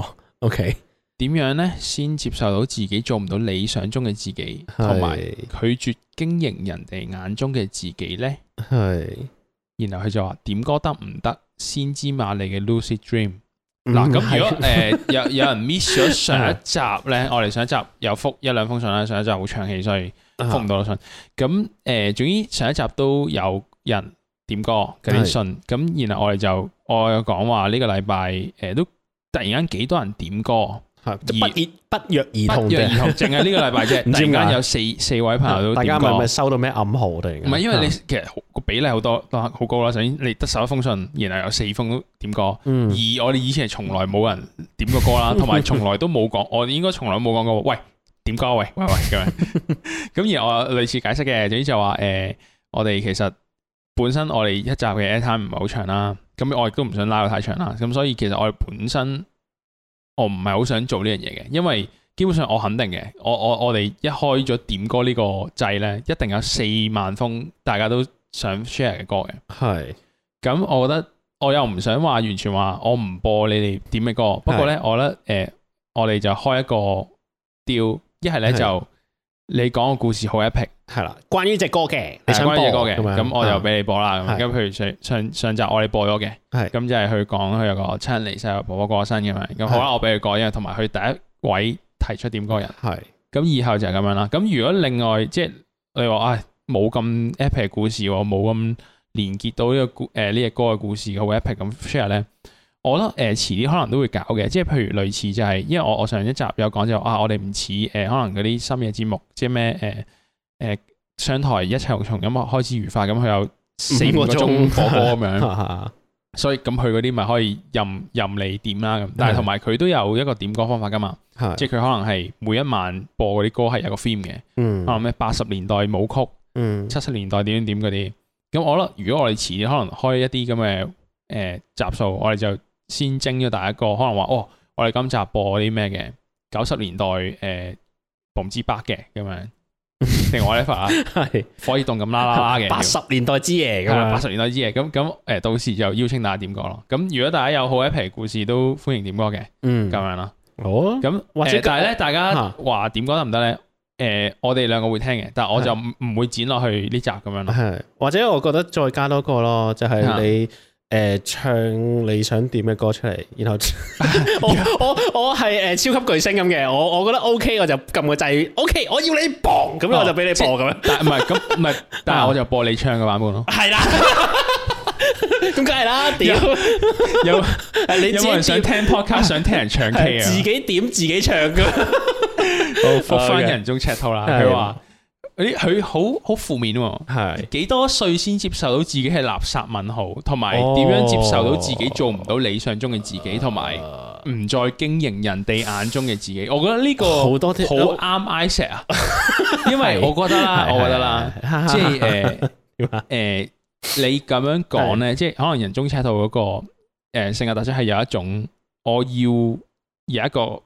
Speaker 2: 哇，OK，
Speaker 3: 點樣呢？先接受到自己做唔到理想中嘅自己，同埋拒絕經營人哋眼中嘅自己呢？
Speaker 2: 係
Speaker 3: 然後佢就話點歌得唔得？先知馬利嘅 Lucid Dream
Speaker 2: 嗯
Speaker 3: 嗱，咁
Speaker 2: 係 [laughs]
Speaker 3: 如果誒有有人 miss 咗上一集呢，我哋上一集有覆一兩封信啦，上一集好長氣，所以。
Speaker 2: 啊
Speaker 3: 封唔到信。咁誒、呃，總之上一集都有人點歌嗰啲
Speaker 2: 係
Speaker 3: 信，咁然後我哋就我有講話呢個禮拜誒都突然間幾多人點歌，
Speaker 2: 係啊即係不熱不約而
Speaker 3: 不
Speaker 2: 同
Speaker 3: 約而
Speaker 2: 嘅，
Speaker 3: 同，淨啊係呢個禮拜
Speaker 2: [laughs]
Speaker 3: 啫，
Speaker 2: 唔知
Speaker 3: 突
Speaker 2: 點解
Speaker 3: 然間有四四位朋友都
Speaker 2: 大
Speaker 3: 點
Speaker 2: 家
Speaker 3: 歌
Speaker 2: 咪。咪收到咩暗號定？
Speaker 3: 唔係因為你其實好個比例好多都好高啦，首先你得手一封信，然後有四封都點歌。
Speaker 2: 嗯
Speaker 3: 而我哋以前係從來冇人點過歌啦，同埋從來都冇講，我哋應該從來都冇講過，喂點歌啊喂喂喂咁樣。 [laughs] 咁而我類似解釋嘅，總之就話誒、呃我哋其實本身我哋一集嘅 airtime 唔係好長啦，咁我亦都唔想拉到太長啦，咁所以其實我哋本身我唔係好想做呢樣嘢嘅，因為基本上我肯定嘅，我我我哋一開咗點歌呢個掣呢，一定有四萬封大家都想 share 嘅歌嘅。
Speaker 2: 係
Speaker 3: 咁我覺得我又唔想話完全話我唔播你哋點嘅歌，不過咧，我覺得誒、呃我哋就開一個 deal，一係咧
Speaker 2: 係
Speaker 3: 就你講個故事好 epic，
Speaker 2: 係啦，關於只歌嘅，你
Speaker 3: 係
Speaker 2: 想
Speaker 3: 關
Speaker 2: 播
Speaker 3: 於隻歌嘅，咁我就
Speaker 2: 啊
Speaker 3: 俾你播啦。咁
Speaker 2: 係
Speaker 3: 咁譬如上上上集我哋播咗嘅，
Speaker 2: 係
Speaker 3: 咁就係佢講佢有個親人離世，婆婆過身咁樣。咁好啦，
Speaker 2: 係
Speaker 3: 我俾佢過，因為同埋佢第一位提出點歌人。
Speaker 2: 係
Speaker 3: 咁以後就係咁樣啦。咁如果另外即係你話啊冇咁 epic 嘅故事喎，冇咁連結到呢、個故呃誒呢只歌嘅故事嘅好 epic 咁 share 咧，我覺得誒呃遲啲可能都會搞嘅。即係譬如類似就係、因為我我上一集有講就啊，我哋唔似誒可能嗰啲深夜節目，即係咩呃誒誒上台一齊從音樂開始愉快咁，佢有四五個鐘播歌咁樣。 [laughs]
Speaker 2: 樣，
Speaker 3: 所以咁佢嗰啲咪可以任任你點啦咁，但係
Speaker 2: 係
Speaker 3: 同埋佢都有一個點歌方法噶嘛，
Speaker 2: 係
Speaker 3: 即係佢可能係每一晚播嗰啲歌係有個 theme 嘅，
Speaker 2: 嗯
Speaker 3: 可能咩八十年代舞曲、
Speaker 2: 嗯
Speaker 3: 七十年代點點點嗰啲。咁我覺得如果我哋遲啲可能開一啲咁嘅誒集數，我哋就先精咗第一個，可能話哦，我哋今集播啲咩嘅九十年代呃誒百分之百嘅咁
Speaker 2: [laughs]
Speaker 3: 樣，定 whatever 啊，
Speaker 2: 係
Speaker 3: 火熱動咁啦啦啦
Speaker 2: [laughs]
Speaker 3: 嘅。
Speaker 2: 八十年代之夜咁
Speaker 3: 係啦，啊八
Speaker 2: 樣，
Speaker 3: 十年代之夜，咁咁誒，到時就邀請大家點歌咯。咁如果大家有好 happy 嘅故事，都歡迎點歌嘅，
Speaker 2: 嗯
Speaker 3: 咁樣啦。
Speaker 2: 好啊
Speaker 3: 咁
Speaker 2: 或者
Speaker 3: 誒但係咧，大家
Speaker 2: 嚇
Speaker 3: 話點歌得唔得咧？誒，我哋兩個會聽嘅，但係我就唔唔會剪落去呢集
Speaker 2: [laughs]
Speaker 3: 咁樣咯。
Speaker 2: 係，或者我覺得再加多個咯，就係、你誒、呃唱你想點嘅歌出嚟，然 [laughs] 後我我我係呃誒超級巨星咁嘅，我我覺得 OK，我就撳個掣，OK，我要你播，咁樣我就俾你播咁樣，
Speaker 3: 但係唔係咁，唔係，但係
Speaker 2: 啊。
Speaker 3: 我就播你唱嘅版本咯
Speaker 2: 係啦，咁梗係 [laughs] 啦，屌，
Speaker 3: 有
Speaker 2: 係 [laughs] 你
Speaker 3: 有
Speaker 2: 自
Speaker 3: 冇人
Speaker 2: 己
Speaker 3: 想
Speaker 2: 點，[laughs]
Speaker 3: 聽 podcast 想聽人唱 K
Speaker 2: 係
Speaker 3: 啊？
Speaker 2: 自己點自己唱噶，
Speaker 3: 好復翻
Speaker 2: OK
Speaker 3: 人中赤兔啦。
Speaker 2: 係
Speaker 3: 佢話誒佢好好負面喎。
Speaker 2: 係
Speaker 3: 幾多歲先接受到自己係垃圾問號，同埋
Speaker 2: 哦啊
Speaker 3: 點樣接受到自己做唔到理想中嘅自己，同埋唔再經營人哋眼中嘅自己。我覺得呢個
Speaker 2: 好多啲
Speaker 3: 好啱 Isaac
Speaker 2: [laughs]
Speaker 3: 啊，因為
Speaker 2: 係
Speaker 3: 我覺得啦，
Speaker 2: 係
Speaker 3: 我覺得啦，
Speaker 2: 係
Speaker 3: 即係誒
Speaker 2: 點啊
Speaker 3: 誒，你咁樣講
Speaker 2: [laughs]
Speaker 3: 咧，即係可能人中赤兔嗰個誒性格特質係有一種我要有一個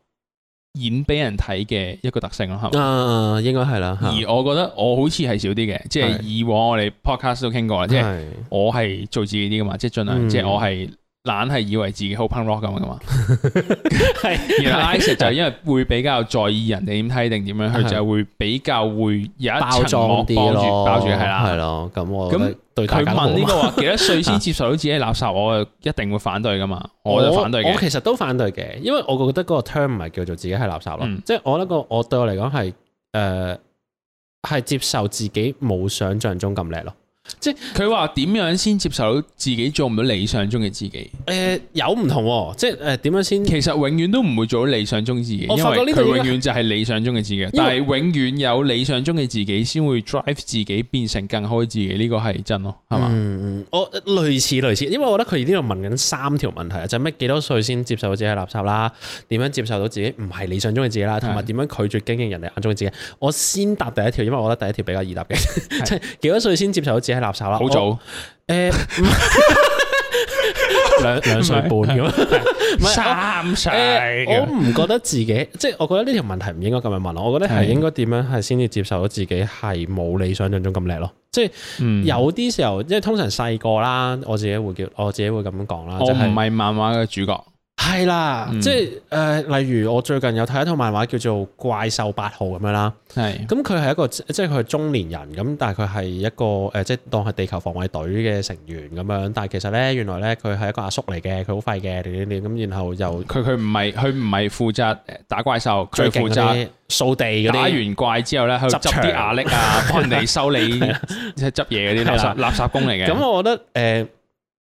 Speaker 3: 演俾人睇嘅一個特性咯，係嘛？
Speaker 2: 啊，應該係啦，嚇
Speaker 3: 而我覺得我好似係少啲嘅，即係
Speaker 2: 係
Speaker 3: 以往我哋 podcast 都傾過啦，即係
Speaker 2: 係
Speaker 3: 我係做自己啲噶嘛，即係盡量，
Speaker 2: 嗯
Speaker 3: 即係我係懶係以為自己好 punk rock 咁樣
Speaker 2: [laughs]
Speaker 3: 噶嘛。
Speaker 2: 係
Speaker 3: 然 [laughs] 後 Isaac 就因為會比較在意人哋點睇定點樣，佢
Speaker 2: 係
Speaker 3: 就會比較會有一
Speaker 2: 包
Speaker 3: 層膜
Speaker 2: 裝
Speaker 3: 包
Speaker 2: 啲
Speaker 3: 住
Speaker 2: 咯，
Speaker 3: 包住係
Speaker 2: 係
Speaker 3: 啦。
Speaker 2: 咯。咁我
Speaker 3: 咁
Speaker 2: 咁對大
Speaker 3: 佢
Speaker 2: 家都好
Speaker 3: 問呢
Speaker 2: 嘛
Speaker 3: 個話 [laughs] 幾多歲先接受到自己係垃圾，我就一定會反對噶嘛，我就反對
Speaker 2: 我
Speaker 3: 嘅。
Speaker 2: 其實都反對嘅，因為我覺得嗰個 term 唔係叫做自己係垃圾咯，
Speaker 3: 嗯
Speaker 2: 即係我覺得個我呃對我嚟講係誒係接受自己冇想象中咁叻咯。
Speaker 3: 佢話點樣先接受到自己做唔到理想中嘅自己？
Speaker 2: 诶、有唔同、喎，即係呃诶點樣先？
Speaker 3: 其實永遠都唔會做到理想中自己，因
Speaker 2: 我
Speaker 3: 為
Speaker 2: 發覺呢
Speaker 3: 佢
Speaker 2: 個應該
Speaker 3: 永遠就係理想中嘅自己。但係永遠有理想中嘅自己，先會 drive 自己變成更好嘅自己。呢個係真咯，係嘛？
Speaker 2: 嗯，嗯我類似類似，因為我覺得佢呢度問緊三條問題啊，就係咩幾多歲先接受到自己係垃圾啦，點樣接受到自己唔係理想中嘅自己啦，同埋點樣拒絕經營人哋眼中嘅自己。我先答第一條，因為我覺得第一條比較易答嘅， [laughs] 即係幾多歲先接受到自己係垃圾啦？
Speaker 3: 好
Speaker 2: 我呃
Speaker 3: 早
Speaker 2: 誒，唔兩 [laughs] 兩歲半咁。唔係
Speaker 3: 三
Speaker 2: 誒我唔覺得自己，即係我覺得呢條問題唔應該咁樣問我。我覺得係
Speaker 3: 係
Speaker 2: 應該點樣係先至接受到自己係冇你想象中咁叻咯，即係。
Speaker 3: 嗯
Speaker 2: 有啲時候，因為通常細個啦，我自己會叫我自己會咁講啦，
Speaker 3: 我
Speaker 2: 就
Speaker 3: 哦唔
Speaker 2: 係
Speaker 3: 係漫畫嘅主角，
Speaker 2: 係啦，
Speaker 3: 嗯
Speaker 2: 即係誒、呃例如我最近有睇一套漫畫叫做《怪獸八號》咁樣啦，
Speaker 3: 係
Speaker 2: 咁佢係一個即即係佢係中年人咁，但係佢係一個誒、呃即係當係地球防衛隊嘅成員咁樣，但係其實咧原來咧佢係一個阿叔嚟嘅，佢好廢嘅點點點咁，然後又
Speaker 3: 佢佢唔係佢唔係負責打怪獸，佢
Speaker 2: 最
Speaker 3: 係負
Speaker 2: 勁嗰
Speaker 3: 責。
Speaker 2: 啲掃地嗰啲，
Speaker 3: 打完怪之後咧，去
Speaker 2: 執
Speaker 3: 執
Speaker 2: 場
Speaker 3: 啲瓦礫啊，
Speaker 2: [laughs]
Speaker 3: 幫人哋修理即係執嘢
Speaker 2: 係
Speaker 3: 嗰啲垃
Speaker 2: 啦
Speaker 3: 圾垃圾工嚟嘅。
Speaker 2: 咁我覺得誒、呃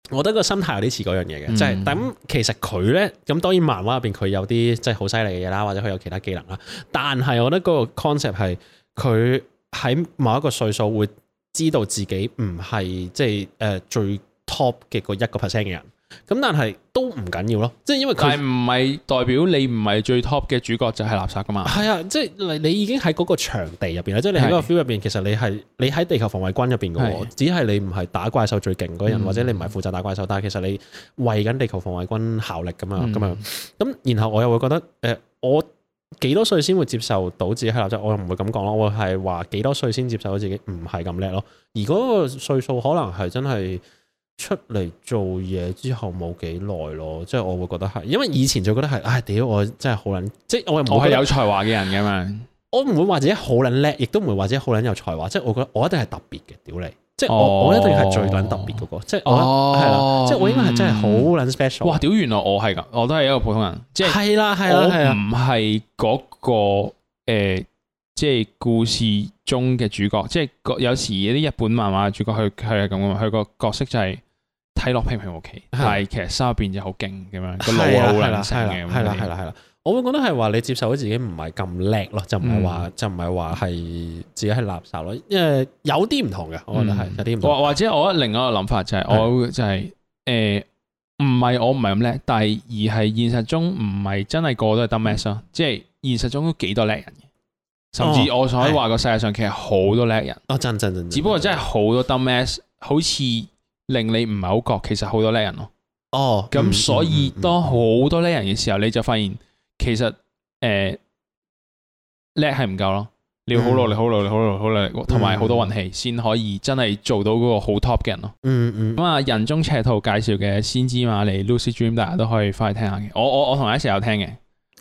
Speaker 2: 我覺得個心態有啲似嗰樣嘢嘅，
Speaker 3: 嗯
Speaker 2: 即係咁其實佢咧，咁當然漫畫入邊佢有啲即係好犀利嘅嘢啦，或者佢有其他技能啦，但係我覺得嗰個 concept 係佢喺某一個歲數會知道自己唔係即係誒最 top 嘅嗰一個 percent 嘅人，咁但係都唔緊要咯，即係因為
Speaker 3: 但
Speaker 2: 佢
Speaker 3: 係。唔係代表你唔係最 top 嘅主角就係垃圾噶嘛？
Speaker 2: 係啊，即係你你已經喺嗰個場地入邊啦，即係你喺嗰個
Speaker 3: 係
Speaker 2: feel 入邊，其實你係你喺地球防衛軍入邊嘅喎
Speaker 3: 係，
Speaker 2: 只係你唔係打怪獸最勁嗰人，
Speaker 3: 嗯
Speaker 2: 或者你唔係負責打怪獸，但係其實你為緊地球防衛軍效力咁樣
Speaker 3: 嗯
Speaker 2: 咁樣。咁然後我又會覺得誒、呃我幾多歲先會接受到自己係垃圾？我又唔會咁講咯，我係話幾多歲先接受到自己唔係咁叻咯。而嗰個歲數可能係真係。出嚟做嘢之後冇幾耐咯，即係我會覺得係，因為以前就覺得係，唉屌我真係好撚，即係我又冇
Speaker 3: 我係有才華嘅人噶嘛？
Speaker 2: 我唔會話自己好撚叻，亦都唔會話自己好撚有才華，即係我覺得我一定係特別嘅，屌你！即係我、
Speaker 3: 哦
Speaker 2: 我一定係最撚特別嗰、個，即係我
Speaker 3: 哦
Speaker 2: 係啦，即係我應該係真係好
Speaker 3: 嗯
Speaker 2: 撚 special。啊
Speaker 3: 哇！屌，原來我係噶，我都係一個普通人，即係
Speaker 2: 係啦係啊
Speaker 3: 我
Speaker 2: 啦係啦，
Speaker 3: 唔係嗰個誒，即係故事中嘅主角，即係個有時啲日本漫畫嘅主角，佢佢係咁噶嘛，佢個角色就係睇落平平無奇，但係其實心入邊就好勁咁樣，個腦啊好
Speaker 2: 係啦係
Speaker 3: 撚醒
Speaker 2: 啦
Speaker 3: 嘅咁樣。
Speaker 2: 係啦係啦係啦，我會覺得係話你接受咗自己唔係咁叻咯，就唔係
Speaker 3: 嗯
Speaker 2: 話就唔係話係自己係垃圾咯，因為有啲唔同嘅，我覺得係
Speaker 3: 嗯
Speaker 2: 有啲唔同。
Speaker 3: 或或者我另外一個諗法就係、我會就係、誒，唔係我唔係咁叻，但係而係現實中唔係真係個個都係得 max
Speaker 2: 嗯
Speaker 3: 咯，即係現實中都幾多叻人嘅，甚至我所以話個世界上其實好多叻人，
Speaker 2: 哦，真真真，
Speaker 3: 只不過真係好多得 max，好似令你唔係好覺其實好多叻人咯。
Speaker 2: 哦，
Speaker 3: 咁
Speaker 2: 嗯
Speaker 3: 所以
Speaker 2: 嗯嗯
Speaker 3: 當好多叻人嘅時候，你就發現其實誒叻係唔夠咯，你要好努力、
Speaker 2: 嗯
Speaker 3: 好努力、好努力、好努力，同埋好多運氣先可以真係做到嗰個好 top 嘅人咯。
Speaker 2: 嗯嗯
Speaker 3: 咁啊，人中赤兔介紹嘅《先知馬利》Lucy Dream，大家都可以翻去聽下嘅。我我我同你一齊有聽嘅，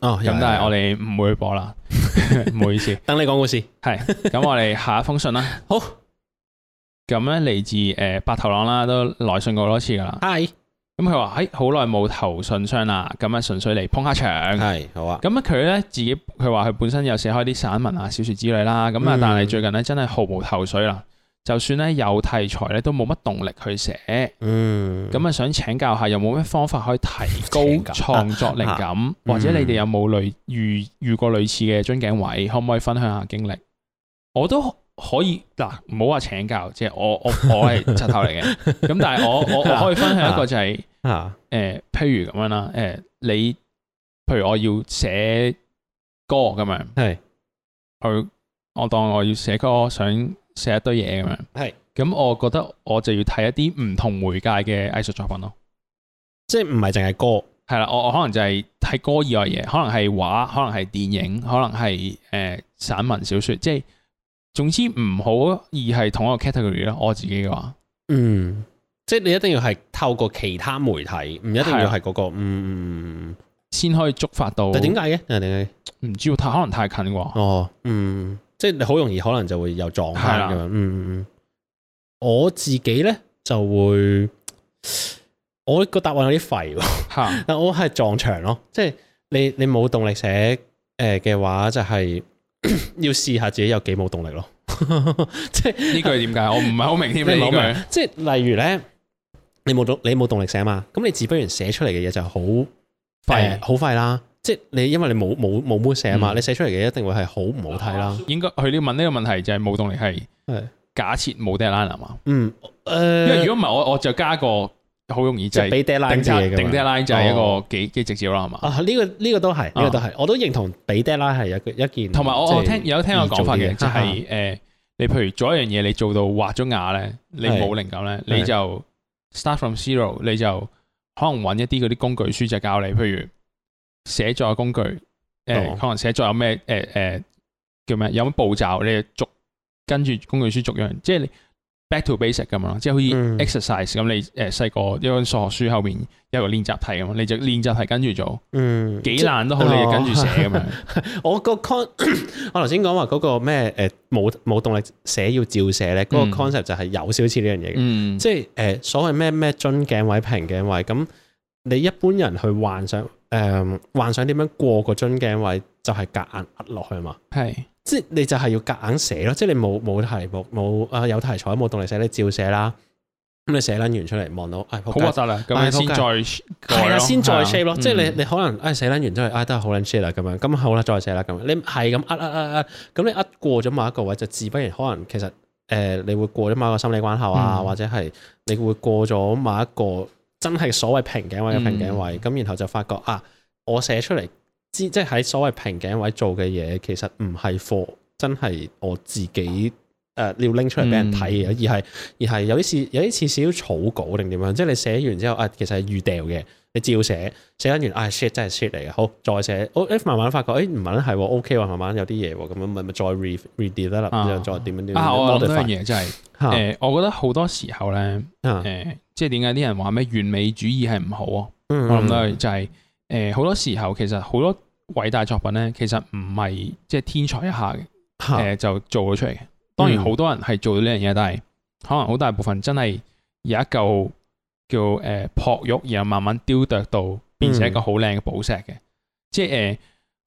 Speaker 2: 哦，有
Speaker 3: 咁但係
Speaker 2: 有
Speaker 3: 我哋唔會播啦， [laughs] 唔好意思。
Speaker 2: 等你講故事，
Speaker 3: 係，咁我哋下一封信啦。
Speaker 2: 好
Speaker 3: 咁咧嚟自誒白頭狼啦，都來信過好多次噶啦。
Speaker 2: ，hi，
Speaker 3: 咁佢話：，喺好耐冇投信箱啦，咁啊純粹嚟捧下場。
Speaker 2: 係好啊，
Speaker 3: 咁咧佢咧自己佢話佢本身有寫開啲散文啊、小説之類啦，咁啊
Speaker 2: 嗯
Speaker 3: 但係最近咧真係毫無頭緒啦，就算咧有題材咧都冇乜動力去寫，
Speaker 2: 嗯，
Speaker 3: 咁啊想請教下有冇咩方法可以提高
Speaker 2: 請教啊
Speaker 3: 創作靈感，或者你哋有冇類遇遇過類似嘅樽頸位，可唔可以分享下經歷？我都可以嗱，唔好話請教，即係我我我係柒頭嚟嘅，
Speaker 2: [laughs]
Speaker 3: 咁但係我我我可以分享一個就係、
Speaker 2: 啊。
Speaker 3: 誒、呃譬如咁樣啦，誒、呃你，譬如我要寫歌咁樣，
Speaker 2: 係
Speaker 3: 佢，我當我要寫歌，想寫一堆嘢咁樣，
Speaker 2: 係，
Speaker 3: 咁我覺得我就要睇一啲唔同媒介嘅藝術作品咯，
Speaker 2: 即系唔係淨係歌，
Speaker 3: 係啦，我我可能就係睇歌以外嘢，可能係畫，可能係電影，可能係誒、散文小説，即係總之唔好而係同一個 category 咯，我自己嘅話。
Speaker 2: 嗯，即系你一定要係透過其他媒體，唔一定要係嗰、個，啊嗯，嗯嗯
Speaker 3: 先可以觸發到，
Speaker 2: 但點解嘅？但係點解？
Speaker 3: 唔知喎太可能太近啩，
Speaker 2: 哦，嗯，即系你好容易可能就會有撞
Speaker 3: 係
Speaker 2: 翻
Speaker 3: 啦
Speaker 2: 咁樣，嗯嗯嗯。我自己咧就會，我個答案有啲廢喎， [laughs]
Speaker 3: 嚇
Speaker 2: 但我係撞牆咯，即系你 [coughs] 你冇動力寫诶嘅話，就係要試下自己有幾冇動力咯。咯，即係
Speaker 3: 呢句點解？我唔係好明
Speaker 2: [laughs]
Speaker 3: 添
Speaker 2: 你
Speaker 3: 你呢
Speaker 2: 冇明
Speaker 3: 句。，
Speaker 2: 即係例如咧，你冇動你冇動力寫嘛，咁你自不然寫出嚟嘅嘢就好誒
Speaker 3: 廢
Speaker 2: 好廢啦。即係你因為你冇冇冇 mood 寫啊嘛，
Speaker 3: 嗯啊
Speaker 2: 你寫出嚟嘅一定會係好唔好睇啦。
Speaker 3: 應該佢呢問呢個問題就係冇動力係
Speaker 2: 係
Speaker 3: 假設冇 deadline 啊嘛。
Speaker 2: 嗯，
Speaker 3: 因
Speaker 2: 誒，
Speaker 3: 為如果唔係我我就加個好容易
Speaker 2: 即
Speaker 3: 就
Speaker 2: 係
Speaker 3: 係
Speaker 2: 俾 deadline
Speaker 3: 定
Speaker 2: 字嚟
Speaker 3: 價
Speaker 2: 嘅
Speaker 3: 定
Speaker 2: 嘛
Speaker 3: deadline 就係一
Speaker 2: 哦
Speaker 3: 個幾幾直接啦，係嘛？
Speaker 2: 啊，呢個呢個都係，呢個都係，我都認同俾 deadline 係一個一件。
Speaker 3: 同埋我我
Speaker 2: 嗯即係
Speaker 3: 聽有聽我講法
Speaker 2: 易
Speaker 3: 嘅，
Speaker 2: 做啲啊
Speaker 3: 就係誒，你譬如做一樣嘢，你做到畫咗牙咧，你
Speaker 2: 係
Speaker 3: 冇靈感咧，
Speaker 2: 係
Speaker 3: 你就 start from zero，你就可能揾一啲嗰啲工具書就教你，譬如寫作嘅工具，誒、
Speaker 2: 哦
Speaker 3: 可能寫作有咩誒誒叫咩，有乜步驟，你就逐跟住工具書逐樣，即係你 back to basic 咁樣咯，即係好
Speaker 2: 嗯
Speaker 3: 似 exercise 咁，你呃誒細個一本數學書後面有個練習題咁，你就練習題跟住做，
Speaker 2: 嗯
Speaker 3: 幾
Speaker 2: 即係
Speaker 3: 難都好，你就跟住
Speaker 2: [laughs]
Speaker 3: 寫咁樣，
Speaker 2: 我個 con，我 [coughs] 頭先講話嗰個咩誒冇冇動力寫要照寫咧，嗰、
Speaker 3: 嗯
Speaker 2: 個 concept 就係有少少似呢樣嘢嘅，
Speaker 3: 嗯，
Speaker 2: 即係誒、呃所謂咩咩樽頸位、平頸位，咁你一般人去幻想誒、呃幻想點樣過個樽頸位，就係、夾硬壓落去嘛。
Speaker 3: 係。
Speaker 2: 即係你就係要夾硬寫咯，即係你冇冇題目冇啊有題材冇動力寫，你照寫啦。咁你寫撚完出嚟望到，唉、哎，
Speaker 3: 好核突啊啦，咁樣先再
Speaker 2: 係啦，啊先再 shape 咯，即係
Speaker 3: 嗯
Speaker 2: 你你可能哎唉死撚完之後，唉都係好撚 shit 啦咁樣，咁好啦再寫啦咁樣，你係咁呃呃呃呃，咁你呃過咗某一個位就自不然可能其實誒、呃你會過咗某一個心理關口啊，
Speaker 3: 嗯
Speaker 2: 或者係你會過咗某一個真係所謂瓶頸位嘅瓶頸位，咁、然後就發覺啊，我寫出嚟知即係喺所謂瓶頸位做嘅嘢，其實唔係 for 真係我自己。誒、要拎出嚟俾人睇嘅，而係而係有啲似有啲似少少草稿定點樣，即係你寫完之後啊，其實係預掉嘅，你照寫，寫緊完啊 shit 真係 shit 嚟嘅，好再寫，我誒慢慢發覺誒唔係係喎 OK 喎，慢慢有啲嘢喎，咁樣咪咪再 re redevelop
Speaker 3: 啊
Speaker 2: 之後再點樣點樣
Speaker 3: 啊，我諗到
Speaker 2: modify 啊
Speaker 3: 一樣嘢就係，
Speaker 2: 嚇
Speaker 3: 誒，我覺得好多時候咧，
Speaker 2: 啊
Speaker 3: 誒，即係點解啲人話咩完美主義係唔好啊？
Speaker 2: 嗯
Speaker 3: 我諗到就係，誒，好多時候其實好多偉大作品咧，其實唔係即係天才一下嘅，
Speaker 2: 嚇
Speaker 3: 誒，呃就做咗出嚟嘅。當然
Speaker 2: 啊嗯
Speaker 3: 好多人係做到呢樣嘢，但係可能好大部分真係有一嚿叫誒璞玉，然後慢慢雕琢到變成一個好靚嘅寶石嘅。即係誒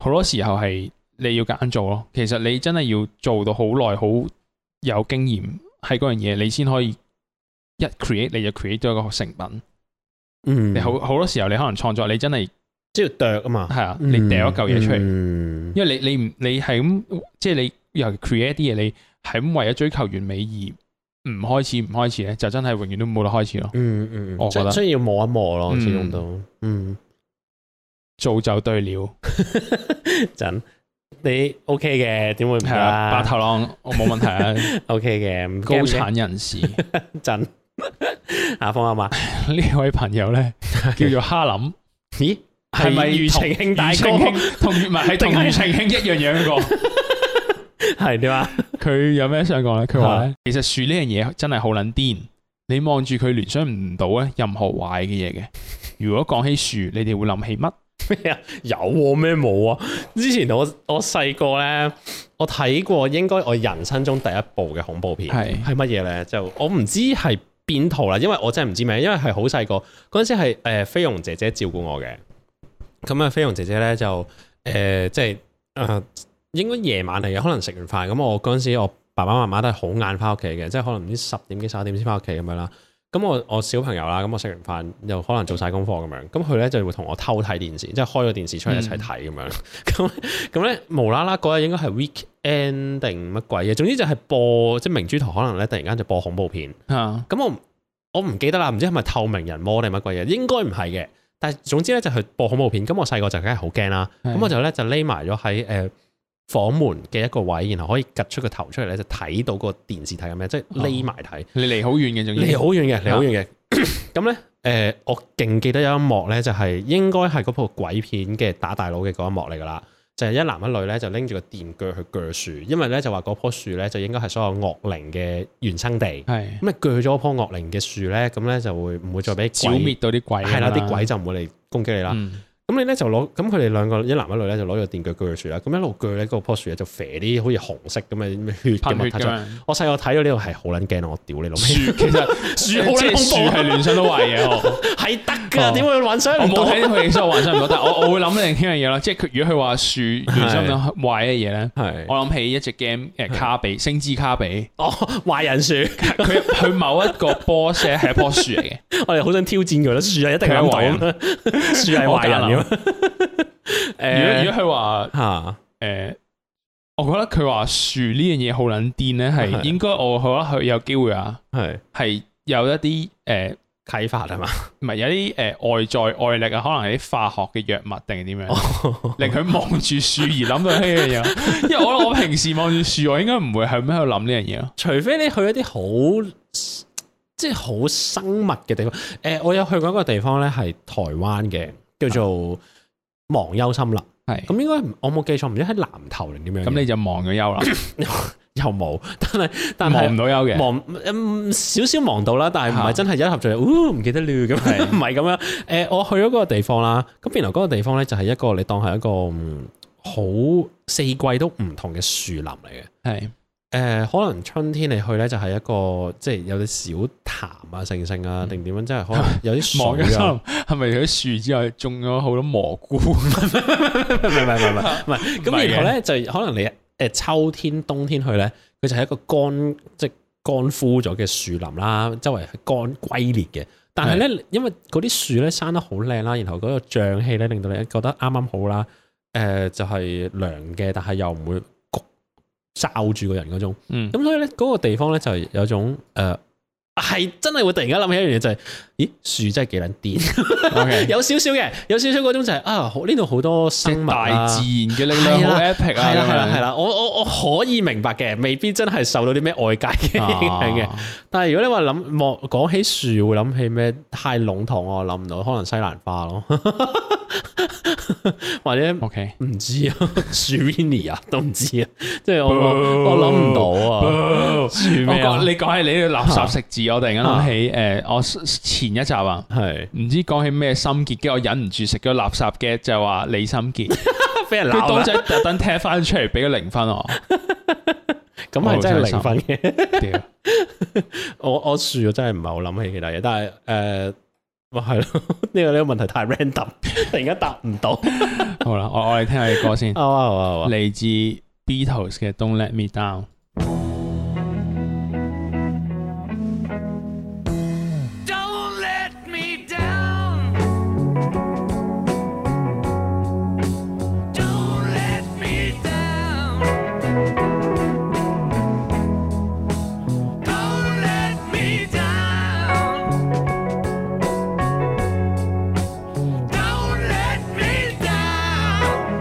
Speaker 3: 好多時候係你要夾硬做咯。其實你真係要做到好耐，好有經驗喺嗰樣嘢，你先可以一 create 你就 create 咗一個成品。
Speaker 2: 嗯
Speaker 3: 你好好多時候你可能創作你真係
Speaker 2: 即係剁啊嘛，嗯
Speaker 3: 係啊， [laughs] 你掉一嚿嘢出嚟。
Speaker 2: 嚟
Speaker 3: 因為你你唔你係咁，即係你尤其 create 啲嘢，你係咁為咗追求完美而唔開始唔開始咧，就真係永遠都冇得開始咯。
Speaker 2: 嗯嗯，
Speaker 3: 我覺得
Speaker 2: 需要磨一磨咯，
Speaker 3: 嗯
Speaker 2: 始終都嗯 [laughs]
Speaker 3: 做就對了，
Speaker 2: 陣你 OK 嘅，點會唔
Speaker 3: 係
Speaker 2: 得
Speaker 3: 啊，白
Speaker 2: 啊
Speaker 3: 頭狼我冇問
Speaker 2: [laughs]
Speaker 3: 題啊，
Speaker 2: ？OK 嘅，唔
Speaker 3: 高
Speaker 2: 驚嘅
Speaker 3: 產人士呢
Speaker 2: 陣 [laughs] 阿峰啊嘛，
Speaker 3: 位朋友咧 [laughs] 叫做哈林，
Speaker 2: 咦係咪庾澄慶大
Speaker 3: 庾澄
Speaker 2: 哥
Speaker 3: 慶同唔係係同
Speaker 2: 定係
Speaker 3: 庾澄慶一樣
Speaker 2: [laughs]
Speaker 3: 樣個？
Speaker 2: 係點啊？
Speaker 3: 佢有咩想講咧？佢話咧，其實樹呢樣嘢真係好撚癲，你望住佢聯想唔到咧任何壞嘅嘢嘅。如果講起樹，你哋會諗起乜？
Speaker 2: 咩啊？有喎咩冇啊？之前我我細個咧，我睇過應該我人生中第一部嘅恐怖片
Speaker 3: 係
Speaker 2: 係乜嘢咧？就我唔知係邊套啦，因為我真係唔知名，因為係好細個嗰陣時係誒菲傭姐姐照顧我嘅。咁啊，菲傭姐姐咧就誒、呃即係誒、呃、應該夜晚嚟嘅，可能食完飯咁，我嗰陣時我爸爸媽媽都係好晏翻屋企嘅，即係可能唔知十點幾十一點先翻屋企咁樣啦。咁我我小朋友啦，咁我食完飯又可能做晒功課咁樣，咁佢咧就會同我偷睇電視，即係開個電視出嚟一齊睇咁樣。咁咁咧無啦啦嗰日應該係 weekend 定乜鬼嘢，總之就係播即係明珠台可能咧突然間就播恐怖片。
Speaker 3: 啊，
Speaker 2: 咁我唔我唔記得啦，唔知係咪透明人魔定乜鬼嘢，應該唔係嘅。但係總之咧就係播恐怖片，咁我細個就梗係好驚啦。
Speaker 3: 係
Speaker 2: 咁啊我就咧就匿埋咗喺誒房門嘅一個位，然後可以趌出個頭出嚟咧，就睇到個電視睇緊咩，即係匿埋睇。
Speaker 3: 你離好遠嘅仲要
Speaker 2: 離好遠嘅，離好遠嘅。咁咧，誒、我勁記得有一幕咧，就係、應該係嗰部鬼片嘅打大佬嘅嗰一幕嚟噶啦，就係、一男一女咧就拎住個電鋸去鋸樹，因為咧就話嗰棵樹咧就應該係所有惡靈嘅原生地。
Speaker 3: 係
Speaker 2: 咁你鋸咗棵惡靈嘅樹咧，咁咧就會唔會再俾鬼
Speaker 3: 剿滅到啲鬼咁
Speaker 2: 係啦，
Speaker 3: 啦，
Speaker 2: 啲鬼就唔會嚟攻擊你啦。
Speaker 3: 嗯
Speaker 2: 咁你咧就攞，咁佢哋兩個一男一女咧就攞個電鋸鋸住啦，咁一路鋸咧，嗰個樖樹咧就肥啲，好似紅色咁嘅咩血嘅
Speaker 3: 噴
Speaker 2: 物體
Speaker 3: 血
Speaker 2: 出
Speaker 3: 咁
Speaker 2: 嚟。
Speaker 3: 樣。
Speaker 2: 我細個睇到呢個係好撚驚啊！我屌你老味，
Speaker 3: 樹其實 [laughs] 樹
Speaker 2: 好
Speaker 3: 即
Speaker 2: 撚
Speaker 3: 係樹
Speaker 2: 恐怖啊
Speaker 3: 係聯想到壞
Speaker 2: [laughs]
Speaker 3: 嘢，我
Speaker 2: 係得㗎，
Speaker 3: 哦
Speaker 2: 點會幻想
Speaker 3: 我
Speaker 2: 唔到
Speaker 3: 冇？睇到佢，所以我幻想唔到。但
Speaker 2: [laughs]
Speaker 3: 係我我會諗另一樣嘢啦，即係佢如果佢話樹聯想到壞嘅嘢咧，我
Speaker 2: 係
Speaker 3: 諗起一隻 game
Speaker 2: [laughs]
Speaker 3: 誒卡比星之卡比，
Speaker 2: 哦，壞人樹，
Speaker 3: 佢佢某一個 boss 咧係一棵樹嚟嘅，
Speaker 2: 我哋好想挑戰佢啦，樹係一定
Speaker 3: 佢係
Speaker 2: 係
Speaker 3: 壞
Speaker 2: 壞
Speaker 3: 人
Speaker 2: 人， [laughs] 樹
Speaker 3: 啊
Speaker 2: 係壞人咁。 [laughs] 誒，
Speaker 3: 如果如果佢話
Speaker 2: 嚇
Speaker 3: 诶、我覺得佢話樹呢樣嘢好撚癲咧，係
Speaker 2: [laughs] 係
Speaker 3: 應該我覺得佢有機會啊，
Speaker 2: 係
Speaker 3: 係有一啲诶，
Speaker 2: 啟發係嘛？
Speaker 3: 唔、係有啲诶、外在外力啊，可能係啲化學嘅藥物定係點樣，
Speaker 2: 哦
Speaker 3: 令佢望住樹而諗到呢樣
Speaker 2: [laughs]
Speaker 3: 嘢。因為我我平時望住樹，我應該唔會係咁喺度諗呢樣嘢咯。
Speaker 2: 除非你去一啲好即係好生物嘅地方。誒、我有去過一個地方咧，係台灣嘅，叫做
Speaker 3: 啊
Speaker 2: 忘憂森林。
Speaker 3: 係咁
Speaker 2: 咁應該唔我冇記錯，唔知喺南投定點樣嘅。
Speaker 3: 咁，你就忘咗憂啦，
Speaker 2: 又冇，但係但
Speaker 3: 忘唔
Speaker 2: 係
Speaker 3: 到憂嘅。
Speaker 2: 忘嗯少少忘到啦，但係唔
Speaker 3: 嚇
Speaker 2: 係真係一合就，哦唔記得了咁，[laughs]
Speaker 3: 係
Speaker 2: 唔係咁樣。誒、我去咗嗰個地方啦，咁原來嗰個地方咧就係一個你當係一個嗯好、四季都唔同嘅樹林嚟嘅。
Speaker 3: 係
Speaker 2: 誒、呃可能春天你去咧，就係一個即係有啲小潭啊、盛盛啊，定點樣，即係 [laughs] 可能有
Speaker 3: 忘
Speaker 2: 啲
Speaker 3: 咗
Speaker 2: 水啊。
Speaker 3: 心，係咪有啲樹之外種咗好多蘑
Speaker 2: [laughs]
Speaker 3: 菇？
Speaker 2: 唔係唔係唔係唔係，
Speaker 3: 唔係
Speaker 2: 咁
Speaker 3: 嘅
Speaker 2: 然後咧就可能你誒秋天、冬天去咧，佢就係一個乾即係乾枯咗嘅樹林啦，周圍係乾龜裂嘅。但係咧，因為嗰啲樹咧生得好靚啦，然後嗰個瘴氣咧令到你覺得啱啱好啦。誒、就係涼嘅，但係又唔會焗罩住個人嗰種。
Speaker 3: 嗯，
Speaker 2: 咁所以咧，嗰、個地方咧就係有種誒，係、真係會突然間諗起一樣嘢，就係、咦，樹真係幾撚
Speaker 3: [laughs]
Speaker 2: 癲，
Speaker 3: OK
Speaker 2: 有少少嘅，有少少嗰種就係、啊，好呢度好多
Speaker 3: 即
Speaker 2: 生
Speaker 3: 係
Speaker 2: 物
Speaker 3: 大
Speaker 2: 啊
Speaker 3: 自然嘅力量好 epic 啊！
Speaker 2: 係啦
Speaker 3: 咁
Speaker 2: 係啦
Speaker 3: 樣
Speaker 2: 係啦，我我我可以明白嘅，未必真係受到啲咩外界嘅 [laughs] 影響嘅。
Speaker 3: 啊
Speaker 2: 但係如果你話諗望講起樹，會諗起咩？太籠統我諗唔到，可能西蘭花咯， [laughs] 或者
Speaker 3: OK，
Speaker 2: 唔知啊 s u r i n i 啊，都唔知啊，即係我我我諗唔到啊。
Speaker 3: 住
Speaker 2: 咩啊
Speaker 3: 你哦講起你啲垃圾食字，我突然間諗起誒，我前一集啊，
Speaker 2: 係
Speaker 3: 唔知講起咩心結，跟住我忍唔住食咗垃圾嘅，就話李心 [laughs] 結，
Speaker 2: 俾人
Speaker 3: 佢
Speaker 2: 鬧
Speaker 3: 刀
Speaker 2: 啦
Speaker 3: 仔特登踢翻出嚟俾個零分我，
Speaker 2: 咁係哦真係零分嘅。
Speaker 3: [laughs] 屌，
Speaker 2: [laughs] 我我樹我真係唔係好諗起其他嘢，但係誒。呃哇，係咯， [laughs] 呢個呢個問題太 random，突 [laughs] 然間答唔到。
Speaker 3: 好啦，我我哋聽下啲歌 [laughs] 先，
Speaker 2: 啊哇哇哇！
Speaker 3: 嚟自 Beatles 嘅 Don't Let Me Down。
Speaker 5: Don't let me down. Don't let me down. Don't let me down. Don't let me down.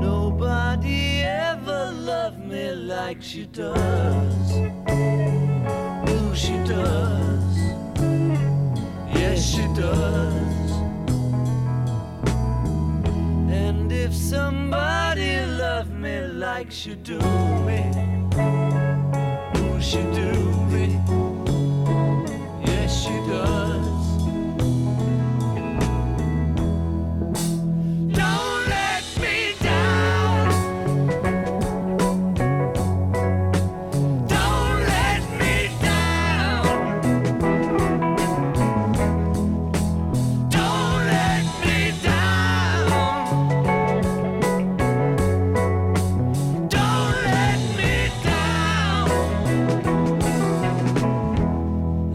Speaker 5: Nobody ever loved me like she does knew she does. Yes, she does. And if somebody loved me like she do me, will she do me? Yes, she does. Don't let me down. Don't let me down. Don't let me down. Don't let me down.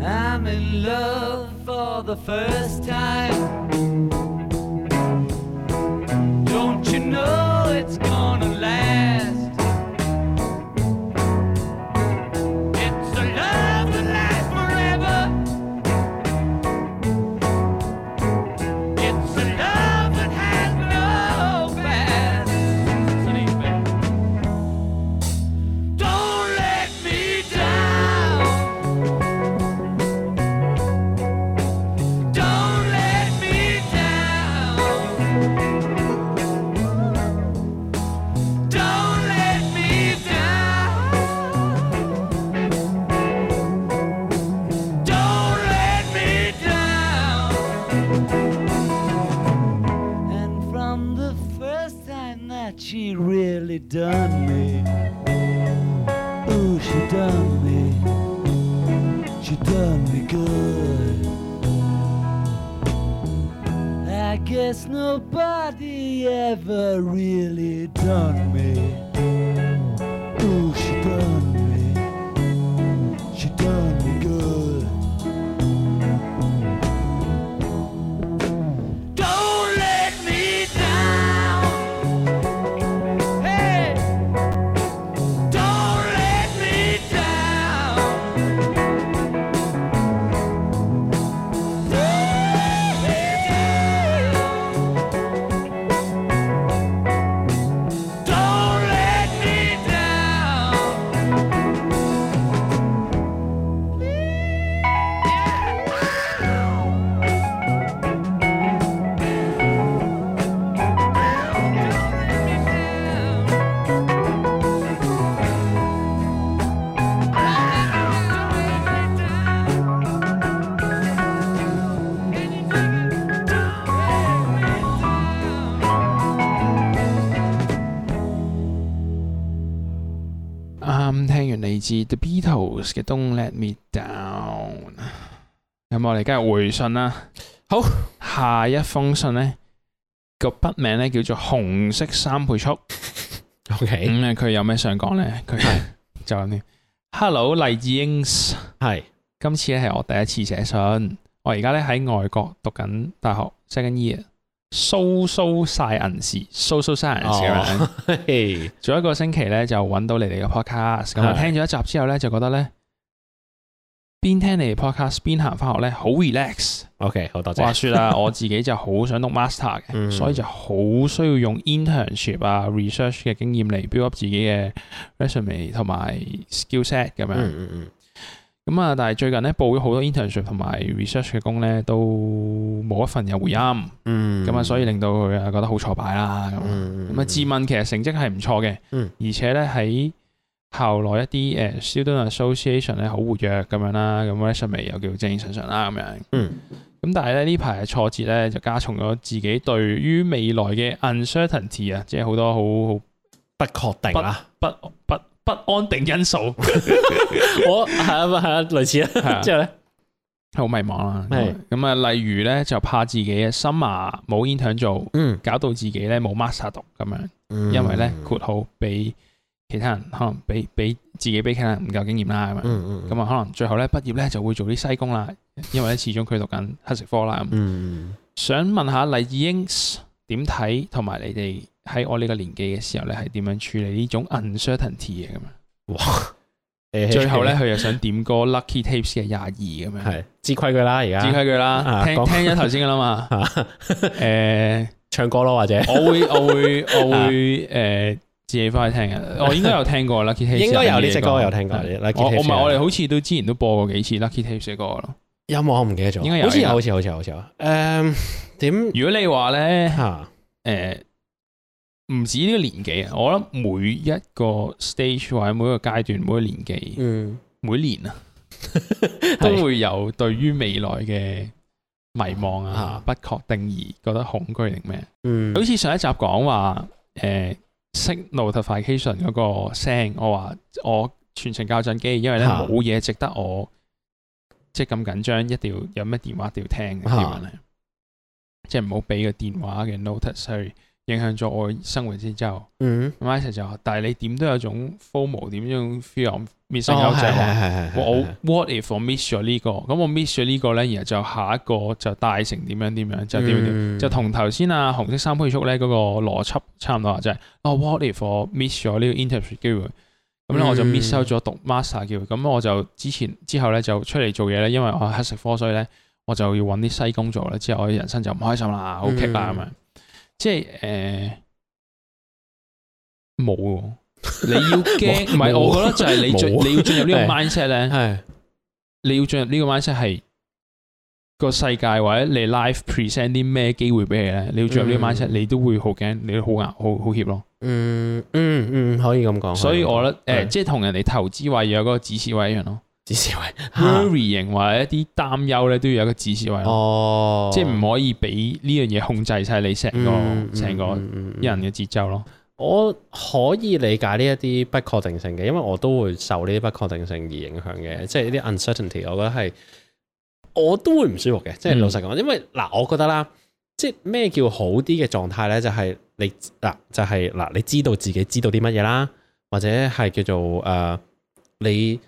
Speaker 5: I'm in love for the first time. Don't you know it's gonna last? It's a love that lasts forever. It's a love that has no past. Don't let me down. Don't let
Speaker 6: she really done me. Ooh, she done me. She done me good. I guess nobody ever really done me. Ooh, she done me. She done me good. Don't let me down. Hey, don't let me down. Don't let me down.
Speaker 3: 啱聽完嚟自 The Beatles 嘅 Don't Let Me Down。咁我哋梗係回信啦。
Speaker 2: 好，
Speaker 3: 下一封信呢個筆名呢叫做紅色三倍速。
Speaker 2: [laughs] OK，
Speaker 3: 咁咧佢有咩想講呢？佢 [laughs] 就咁添。Hello，黎智英，今
Speaker 2: 係
Speaker 3: 次咧係我第一次寫信。我而家咧喺外國讀緊大學 second year，蘇蘇晒銀時，蘇蘇晒銀時咁樣。
Speaker 2: 係
Speaker 3: 做一個星期咧就揾到你哋嘅 podcast，咁啊
Speaker 2: 係
Speaker 3: 聽咗一集之後咧就覺得咧邊聽你哋 podcast 邊行翻學咧好 relax。
Speaker 2: OK，好多
Speaker 3: 話
Speaker 2: 謝。
Speaker 3: 說 [laughs] 啊，我自己就好想讀 master 嘅，
Speaker 2: 嗯
Speaker 3: 所以就好需要用 internship 啊 research 嘅經驗嚟 build up 自己嘅 resume 同埋 skill set 咁樣。
Speaker 2: 嗯嗯嗯，
Speaker 3: 咁啊，但係最近咧報咗好多 internship 同埋 research 嘅工咧，都冇一份有回音，咁啊、
Speaker 2: 嗯
Speaker 3: 所以令到佢啊覺得好挫敗啦咁。
Speaker 2: 嗯
Speaker 3: 咁啊，自問其實成績係唔錯嘅，
Speaker 2: 嗯
Speaker 3: 而且咧喺校內一啲誒呃 student association 咧好活躍咁樣啦，咁 resume 又叫正正常常啦咁樣。
Speaker 2: 嗯
Speaker 3: 咁但係咧呢排嘅挫折咧就加重咗自己對於未來嘅 uncertainty 啊，即係好多好好
Speaker 2: 不確定啊啦，
Speaker 3: 不不不安定因
Speaker 2: [laughs]
Speaker 3: 素， [laughs]
Speaker 2: 我係啊係啊，類似 [laughs]
Speaker 3: 係
Speaker 2: 啦，
Speaker 3: 啊
Speaker 2: 之後咧，
Speaker 3: 好迷茫啦。
Speaker 2: 係
Speaker 3: 咁啊，例如咧就怕自己嘅 summer 冇 intern 做，
Speaker 2: 嗯，
Speaker 3: 搞到自己咧冇 master 讀咁樣。因為咧括號俾其他人可能俾俾自己俾其他人唔夠經驗啦咁樣，
Speaker 2: 嗯，嗯嗯
Speaker 3: 咁啊可能最後咧畢業咧就會做啲西工啦，因為咧始終佢讀緊黑食科啦。咁
Speaker 2: 嗯
Speaker 3: 想問下黎智英點睇，同埋你哋喺我呢個年紀嘅時候咧係點樣處理呢種 uncertainty 嘅咁樣？
Speaker 2: 誒
Speaker 3: 最後咧佢又想點歌 Lucky Tapes 嘅廿二咁樣，
Speaker 2: 係知規矩啦，而
Speaker 3: 指
Speaker 2: 家
Speaker 3: 開佢啦，
Speaker 2: 啊
Speaker 3: 聽
Speaker 2: 講。
Speaker 3: 聽咗頭先噶啦嘛
Speaker 2: [laughs] 啊嚇
Speaker 3: 誒，
Speaker 2: 唱歌咯，或 [laughs] 者
Speaker 3: 我會我會我會誒自己翻去聽
Speaker 2: [laughs]
Speaker 3: 嘅，我應該有聽過 Lucky Tapes，
Speaker 2: 啊應該有呢隻歌
Speaker 3: 嘅啊
Speaker 2: 有聽過。Lucky
Speaker 3: 我我唔
Speaker 2: Tapes
Speaker 3: 係我哋好似都之前都播過幾次 Lucky Tapes 嘅歌咯。
Speaker 2: 有冇我唔記得咗，
Speaker 3: 應該有
Speaker 2: 好似有，
Speaker 3: 應該
Speaker 2: 好似有好似有好似有，誒點
Speaker 3: 如果你話咧，
Speaker 2: 嚇？
Speaker 3: 誒唔止呢個年紀啊，我諗每一個 stage 或者每一個階段、每個年紀、 [laughs]
Speaker 2: 嗯，
Speaker 3: 每年啊，都
Speaker 2: 係
Speaker 3: 會有對於未來嘅迷茫啊、不確定而覺得恐懼定咩？
Speaker 2: 嗯
Speaker 3: 好似上一集講話誒 signal notification 嗰個聲，我話我全程校準機，因為咧
Speaker 2: 嚇
Speaker 3: 冇嘢值得我即係咁緊張，一定要有咩電話一定要聽嘅
Speaker 2: 嚇
Speaker 3: 點樣咧？即係唔好俾個電話嘅 notice 去影響咗我生活之後。
Speaker 2: 嗯，
Speaker 3: 咁 Isa 就話，但係你點都有種 FOMO，點種 feel 啊 of missing
Speaker 2: 哦
Speaker 3: out 就係話
Speaker 2: 係係係
Speaker 3: 我
Speaker 2: 係係
Speaker 3: 我 what if 我 miss 咗呢個？咁我 miss 咗呢個咧，然後就下一個就帶成點樣點樣，就點樣點樣，
Speaker 2: 嗯
Speaker 3: 就同頭先啊紅色三倍速咧嗰個邏輯差唔多啊，就係、哦 what if 我 miss 咗呢個 internship 機會，咁咧我就
Speaker 2: 嗯
Speaker 3: miss 咗讀 master 機會，咁我就之前之後咧就出嚟做嘢咧，因為我係黑食科，所以咧我就要揾啲西工做啦，之後我人生就唔開心啦，好棘啦
Speaker 2: 嗯
Speaker 3: 咁樣，即係誒冇
Speaker 2: [laughs]
Speaker 3: 喎。你要驚，唔係
Speaker 2: 冇
Speaker 3: 我覺得就係你進，
Speaker 2: 冇
Speaker 3: 你要進入呢個 mindset
Speaker 2: [laughs]
Speaker 3: 咧，
Speaker 2: 係
Speaker 3: 你要進入呢個 mindset 係個世界或者你 life present 啲咩機會俾你咧，你要進入呢
Speaker 2: 嗯
Speaker 3: 個 mindset，你都會好驚，你都好硬，好好怯咯。
Speaker 2: 嗯嗯嗯，可以咁講。
Speaker 3: 所以我覺得
Speaker 2: 係
Speaker 3: 誒，即係同人哋投資或者有個指示位一樣咯
Speaker 2: 指示位，
Speaker 3: ，worry 型或者一啲擔憂咧，都要有個指示位咯，
Speaker 2: 哦，
Speaker 3: 即係唔可以俾呢樣嘢控制晒你成個
Speaker 2: 嗯
Speaker 3: 成個
Speaker 2: 嗯嗯嗯
Speaker 3: 人嘅節奏咯。
Speaker 2: 我可以理解呢一啲不確定性嘅，因為我都會受呢啲不確定性而影響嘅，即係呢啲 uncertainty，我覺得係我都會唔舒服嘅。即係
Speaker 3: 嗯
Speaker 2: 老實講，因為嗱，我覺得啦，即係咩叫好啲嘅狀態咧，就係、你嗱，就係、嗱，你知道自己知道啲乜嘢啦，或者係叫做誒、呃你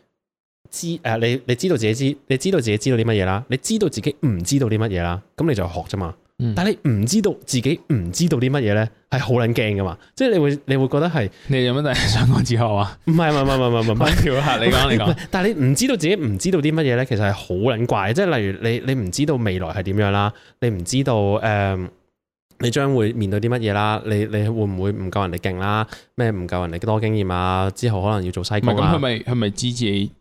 Speaker 2: 知誒、呃你你知道自己知，你知道自己知道啲乜嘢啦，你知道自己唔知道啲乜嘢啦，咁你就學啫嘛。
Speaker 3: 嗯
Speaker 2: 但係你唔知道自己唔知道啲乜嘢咧，係好撚驚噶嘛？即係你會你會覺得係
Speaker 3: 你有乜大 [laughs] 想講之後啊？
Speaker 2: 唔係唔係唔係唔係唔係唔
Speaker 3: 我 [laughs]
Speaker 2: 係
Speaker 3: 跳下，你講
Speaker 2: [laughs]
Speaker 3: 你講。
Speaker 2: 但係你唔知道自己唔知道啲乜嘢咧，其實係好撚怪。即係例如你你唔知道未來係點樣啦，你唔知道誒、嗯你將會面對啲乜嘢啦，你你會唔會唔夠人哋勁啦？咩唔夠人哋多經驗啊？之後可能要做西
Speaker 3: 唔係
Speaker 2: 工
Speaker 3: 咁，
Speaker 2: 啊
Speaker 3: 佢？咪佢咪知自己，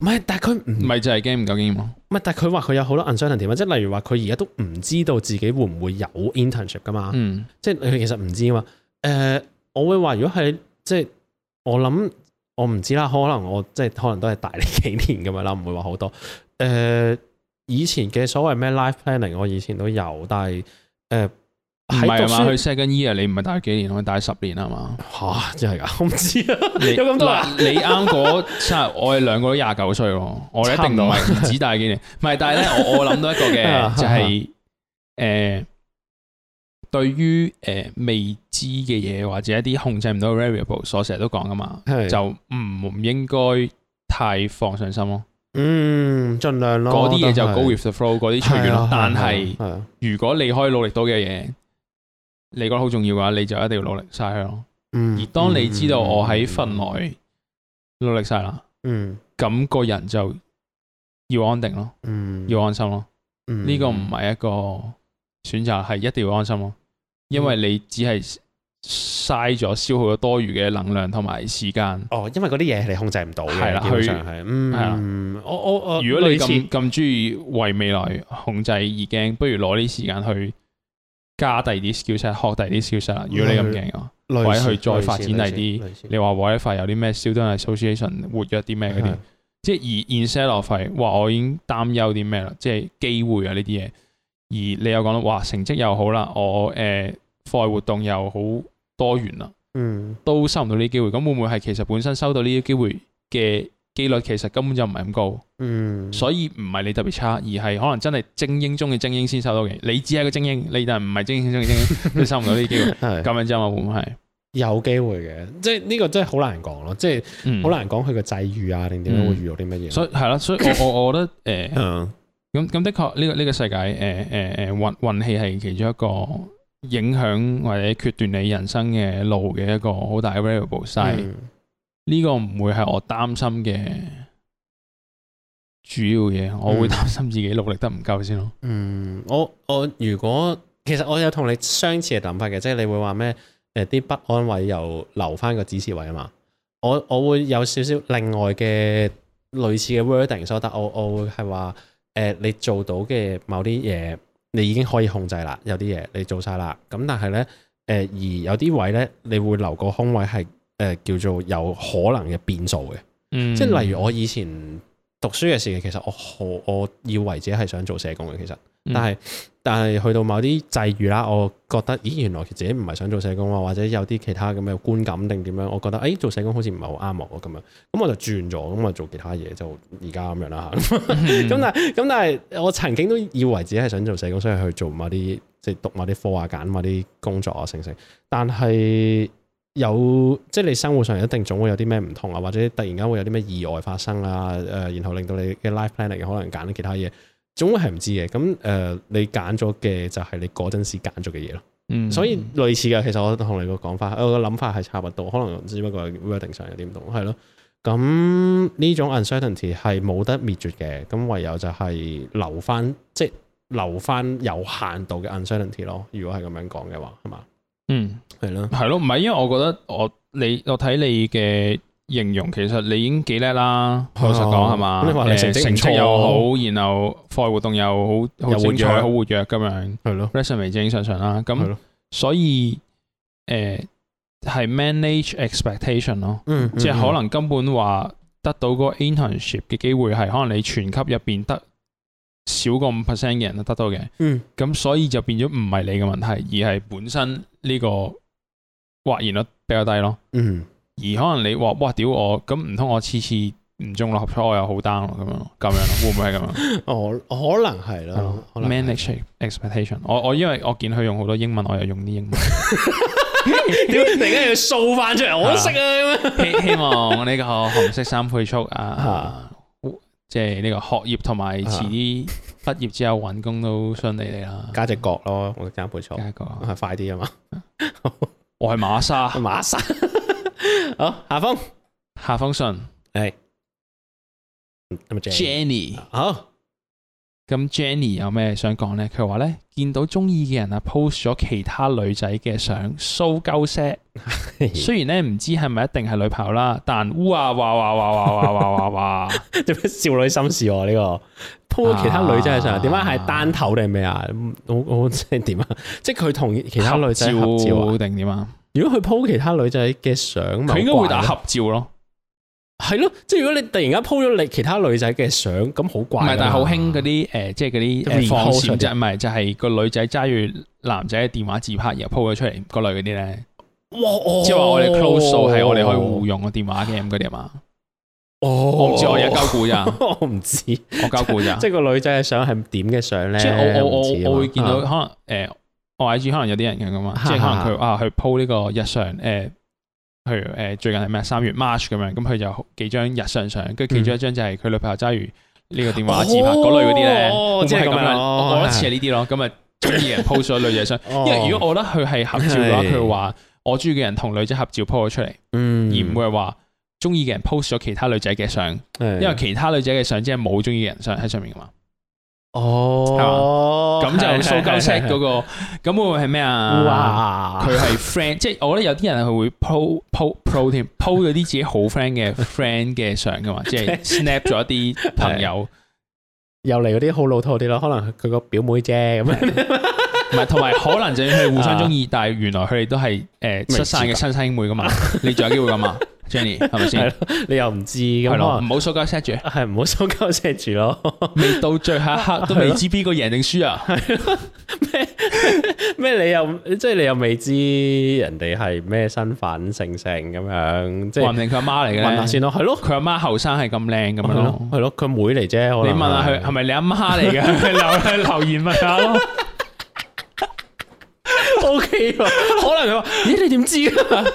Speaker 2: 唔係，但係佢唔
Speaker 3: 咪就係驚唔夠經驗咯。
Speaker 2: 唔係，但係佢話佢有好多 uncertainty 啊即係例如話佢而家都唔知道自己會唔會有 internship 噶嘛？
Speaker 3: 嗯，
Speaker 2: 即係佢其實唔知嘛。誒、我會話如果係即係我諗，我唔知啦，可能我即係可能都係大你幾年咁樣啦，唔會話好多。誒、以前嘅所謂咩 life planning，我以前都有，但係誒
Speaker 3: 唔係
Speaker 2: 喺
Speaker 3: 啊
Speaker 2: 讀
Speaker 3: 嘛，佢
Speaker 2: 書
Speaker 3: second year 你唔係大幾年，我係大十年啊嘛。
Speaker 2: 嚇真係㗎，我唔知啊，
Speaker 3: [laughs] 你
Speaker 2: 有咁多啊？
Speaker 3: 嗱你啱嗰生日，我哋兩個都廿九歲喎，我一定唔係唔止大幾年，唔係，
Speaker 2: [laughs]
Speaker 3: 但係咧，我我諗到一個
Speaker 2: 啊
Speaker 3: 嘅就係、誒、對於誒、未知嘅嘢或者一啲控制唔到嘅 variable，我成日都講噶嘛，
Speaker 2: 係
Speaker 3: 就唔應該太放上心咯。
Speaker 2: 嗯，盡量咯，
Speaker 3: 嗰啲嘢就
Speaker 2: 都係
Speaker 3: go with the flow，嗰啲隨緣
Speaker 2: 係
Speaker 3: 咯
Speaker 2: 啊。
Speaker 3: 但
Speaker 2: 係
Speaker 3: 係
Speaker 2: 啊係啊
Speaker 3: 如果你可以努力到嘅嘢，你覺得好重要嘅話，你就一定要努力晒佢咯。
Speaker 2: 嗯
Speaker 3: 而當你知道我喺
Speaker 2: 嗯
Speaker 3: 份內努力晒啦，
Speaker 2: 嗯
Speaker 3: 咁個人就要安定咯，
Speaker 2: 嗯
Speaker 3: 要安心咯。
Speaker 2: 嗯
Speaker 3: 呢個唔係一個選擇，係一定要安心
Speaker 2: 嗯
Speaker 3: 咯，因為你只係嘥咗、消耗咗多餘嘅能量同埋時間。
Speaker 2: 哦，因為嗰啲嘢你控制唔到嘅，
Speaker 3: 係啦
Speaker 2: 基本
Speaker 3: 佢
Speaker 2: 上係
Speaker 3: 係啦
Speaker 2: 嗯，我我我
Speaker 3: 如果
Speaker 2: 類
Speaker 3: 你
Speaker 2: 似
Speaker 3: 咁咁中意為未來控制而驚，不如攞啲時間去加第二啲 skill set，學第二啲 skill set 啦。如果你
Speaker 2: 嗯
Speaker 3: 咁驚嘅話，
Speaker 2: 類
Speaker 3: 或者
Speaker 2: 似
Speaker 3: 去再
Speaker 2: 類似
Speaker 3: 發展第
Speaker 2: 類似類
Speaker 3: 啲
Speaker 2: 似
Speaker 3: 你話 w i f i 有啲咩 student association 活躍啲咩嗰啲
Speaker 2: 係，
Speaker 3: 即係而 instead of 係哇我已經擔憂啲咩啦，即係機會啊呢啲嘢。而你又講到哇成績又好啦，我誒、呃、課外活動又好多元啦，
Speaker 2: 嗯
Speaker 3: 都收唔到呢啲機會。咁會唔會係其實本身收到呢啲機會嘅機率其實根本就唔係咁高？
Speaker 2: 嗯，
Speaker 3: 所以唔係你特別差，而係可能真係精英中嘅精英先收到嘅。你只係個精英，你但係唔係精英中嘅精英，你收唔到呢啲機會。
Speaker 2: 係
Speaker 3: 咁樣啫嘛，會唔會係？
Speaker 2: 有機會嘅，即係呢個真係好難講咯，即係
Speaker 3: 嗯
Speaker 2: 好。難講佢個際遇啊，定點樣
Speaker 3: 嗯
Speaker 2: 會遇到啲乜嘢。
Speaker 3: 所以係啦，所以我我我覺得誒， [laughs]
Speaker 2: 嗯
Speaker 3: 咁、咁的確呢、個呢、個世界誒誒誒運運氣係其中一個影響或者決斷你人生嘅路嘅一個好大嘅 variable，但係
Speaker 2: 嗯
Speaker 3: 呢個唔會係我擔心嘅主要嘢，我會
Speaker 2: 嗯
Speaker 3: 擔心自己努力得唔夠先咯。
Speaker 2: 嗯，我我如果其實我有同你相似嘅諗法嘅，即係你會話咩？誒啲不安位又留翻個指示位啊嘛。我我會有少少另外嘅類似嘅 wording，所以但我我會係話誒你做到嘅某啲嘢，你已經可以控制啦。有啲嘢你做晒啦，咁但係咧誒而有啲位咧，你會留個空位係誒、呃叫做有可能嘅變數嘅。
Speaker 3: 嗯
Speaker 2: 即係例如我以前讀書嘅時期，其實我好我以為自己係想做社工嘅，其實，
Speaker 3: 嗯
Speaker 2: 但係、但係去到某啲際遇啦，我覺得咦原來自己唔係想做社工啊，或者有啲其他咁嘅觀感定點樣，我覺得誒、哎做社工好似唔係好啱我咁樣，咁我就轉咗，咁我做其他嘢就而家咁樣
Speaker 3: [laughs]
Speaker 2: 啦嚇。咁、但係咁但係我曾經都以為自己係想做社工，所以去做某啲即係讀某啲科啊，揀某啲工作啊，成成，但係。有即係你生活上一定總會有啲咩唔同啊，或者突然間會有啲咩意外發生啊，誒、然後令到你嘅 life planning 可能揀其他嘢，總會係唔知嘅。咁誒、呃你揀咗嘅就係你嗰陣時揀咗嘅嘢咯。
Speaker 3: 嗯
Speaker 2: 所以類似嘅，其實我同你個講法，呃我個諗法係差唔多，可能只不過係 wording 上有啲唔同，係咯。咁呢種 uncertainty 係冇得滅絕嘅，咁唯有就係留翻，即係留翻有限度嘅 uncertainty 咯。如果係咁樣講嘅話，係嘛？
Speaker 3: 嗯。
Speaker 2: 係咯，
Speaker 3: 係咯，唔係因為我覺得我你我睇你嘅形容，其實你已經幾叻啦。
Speaker 2: 係啊
Speaker 3: 老實講係嘛，
Speaker 2: 咁你話你
Speaker 3: 誒
Speaker 2: 成績唔錯
Speaker 3: 成績又好，然後課外活動又好，好
Speaker 2: 又活
Speaker 3: 精
Speaker 2: 躍
Speaker 3: 彩，好活躍咁樣
Speaker 2: 係咯，
Speaker 3: resume 正常常啦。
Speaker 2: 係
Speaker 3: 咁
Speaker 2: 咯，
Speaker 3: 所以誒係 manage expectation 咯，
Speaker 2: 嗯，
Speaker 3: 即係可能根本話得到嗰個 internship 嘅機會係可能你全級入邊得少過五 percent 嘅人得到嘅。
Speaker 2: 嗯。
Speaker 3: 咁所以就變咗唔係你嘅問題，而係本身呢個或然率比較低咯。
Speaker 2: 嗯，
Speaker 3: 而可能你話哇屌我咁唔通我次次唔中六合彩我又好 down 咯咁樣咯，咁樣咯會唔會係咁樣
Speaker 2: 我哦可能係
Speaker 3: 係咯
Speaker 2: 咯可能係
Speaker 3: ？manage expectation，我我因為我見佢用好多英文，我又用啲英文，
Speaker 2: 屌，突然間要掃翻出嚟，我都識啊咁樣。
Speaker 3: 希希望呢個紅色三倍速啊
Speaker 2: 啊，
Speaker 3: 即係呢個學業同埋遲啲畢業之後揾工都順利你啦。
Speaker 2: 加只角咯，我啱配錯，
Speaker 3: 加一個，
Speaker 2: 係快啲啊嘛，
Speaker 3: 我係馬莎
Speaker 2: 馬 [laughs] 沙。好，下風
Speaker 3: 夏風信
Speaker 2: 係係咪 J？
Speaker 3: Jenny。
Speaker 2: 啊 [laughs] 好，
Speaker 3: 咁 Jenny 有咩想講呢？佢話呢，見到中意嘅人啊 post 咗其他女仔嘅相，so 鳩些。雖然呢唔知係咪一定係女朋友啦，但烏啊哇哇哇哇哇哇哇哇，
Speaker 2: 做咩少女心事喎？呢個啊鋪其他女仔喺上，點解係單頭定咩啊？我我即係點啊？即係佢同 [laughs] 其他女仔合照啊？
Speaker 3: 定點啊？
Speaker 2: 如果佢鋪其他女仔嘅相，
Speaker 3: 佢應該
Speaker 2: 咪好
Speaker 3: 會
Speaker 2: 怪
Speaker 3: 打
Speaker 2: 咯
Speaker 3: 合照咯，
Speaker 2: 係咯，即係如果你突然間鋪咗你其他女仔嘅相，咁好
Speaker 3: 唔
Speaker 2: 怪㗎嘛。
Speaker 3: 係但係好興嗰啲誒，即係嗰啲呃
Speaker 2: Repost
Speaker 3: 放閃
Speaker 2: 嗰
Speaker 3: 啫，
Speaker 2: 啲
Speaker 3: 唔係就係個女仔揸住男仔嘅電話自拍，然後 po 咗出嚟嗰類嗰啲呢，
Speaker 2: 哇，哦
Speaker 3: 即係話我哋 close 數係我哋可以互用個電話嘅咁嗰啲啊嘛。
Speaker 2: 哦，
Speaker 3: 我
Speaker 2: 我
Speaker 3: 唔知我而家鳩估咋，我
Speaker 2: 我唔知，即
Speaker 3: 鳩估咋。
Speaker 2: 係個女仔嘅相係點嘅相咧？
Speaker 3: 即係我我
Speaker 2: 唔知啊
Speaker 3: 我
Speaker 2: 嘛
Speaker 3: 我會見到可
Speaker 2: 啊
Speaker 3: 能誒，我 IG 可能有啲人咁啊，
Speaker 2: 啊
Speaker 3: 即係可能
Speaker 2: 啊
Speaker 3: 佢啊去 po 呢個日常誒，譬如誒最近係咩三月 March 咁樣，咁佢就幾張日常相，跟
Speaker 2: 嗯
Speaker 3: 住其中一張就係佢女朋友揸住呢個電話自拍嗰類嗰啲咧，
Speaker 2: 哦
Speaker 3: 會唔會
Speaker 2: 即係哦
Speaker 3: 係
Speaker 2: 咁
Speaker 3: 咁
Speaker 2: 樣
Speaker 3: 樣，
Speaker 2: 哦
Speaker 3: 我覺得似係呢啲咯，咁啊中意人 po 咗女仔
Speaker 2: [laughs]
Speaker 3: 相，因為如果我覺得佢係合照嘅話，
Speaker 2: 係
Speaker 3: 佢話我中意嘅人同女仔合照 po 咗出嚟，而
Speaker 2: 嗯
Speaker 3: 唔會係話。中意嘅人 post 咗其他女仔嘅相，
Speaker 2: 係
Speaker 3: 因為其他女仔嘅相即係冇中意嘅人相喺上面噶嘛。
Speaker 2: 哦，
Speaker 3: 咁就
Speaker 2: 係
Speaker 3: 蘇鳩石嗰
Speaker 2: 係係
Speaker 3: 個，咁會唔會係咩
Speaker 2: 係
Speaker 3: 啊？
Speaker 2: 哇，
Speaker 3: 佢係 friend，即係我覺得有啲人係會 po po pro 添，po 咗啲自己好 friend 嘅 friend 嘅相噶嘛，即
Speaker 2: [laughs]
Speaker 3: 係 snap 咗一啲朋友，
Speaker 2: 又嚟嗰啲好老套啲咯，可能佢個表妹啫咁樣，
Speaker 3: 唔係同埋可能就算佢互相
Speaker 2: 啊
Speaker 3: 中意，但係原來佢哋都係誒失散嘅親生兄妹
Speaker 2: [laughs]
Speaker 3: 噶嘛，你仲有機會噶嘛，Jenny 係咪
Speaker 2: 係
Speaker 3: 先？
Speaker 2: 咯，你又唔知咁啊
Speaker 3: 係
Speaker 2: 可
Speaker 3: 咯，唔
Speaker 2: 能。
Speaker 3: 好蘇鳩 set 住，
Speaker 2: 係唔好蘇鳩石住咯，
Speaker 3: 未到最後一刻都未知邊個贏定輸啊！
Speaker 2: 咩你又即係你又未知人哋係咩身份成成咁樣， [laughs] 即
Speaker 3: 話唔
Speaker 2: 係
Speaker 3: 定佢阿媽嚟
Speaker 2: 問
Speaker 3: 嘅
Speaker 2: 下
Speaker 3: 咧，
Speaker 2: 先咯，係咯，
Speaker 3: 佢阿媽後生係咁靚咁樣
Speaker 2: 係
Speaker 3: 咯
Speaker 2: 咯，。係咯，佢妹嚟啫，可能
Speaker 3: 你問下佢係咪你阿媽嚟 [laughs] 嘅？留留言問下咯。
Speaker 2: O K 喎，可能佢話：咦，你點知㗎？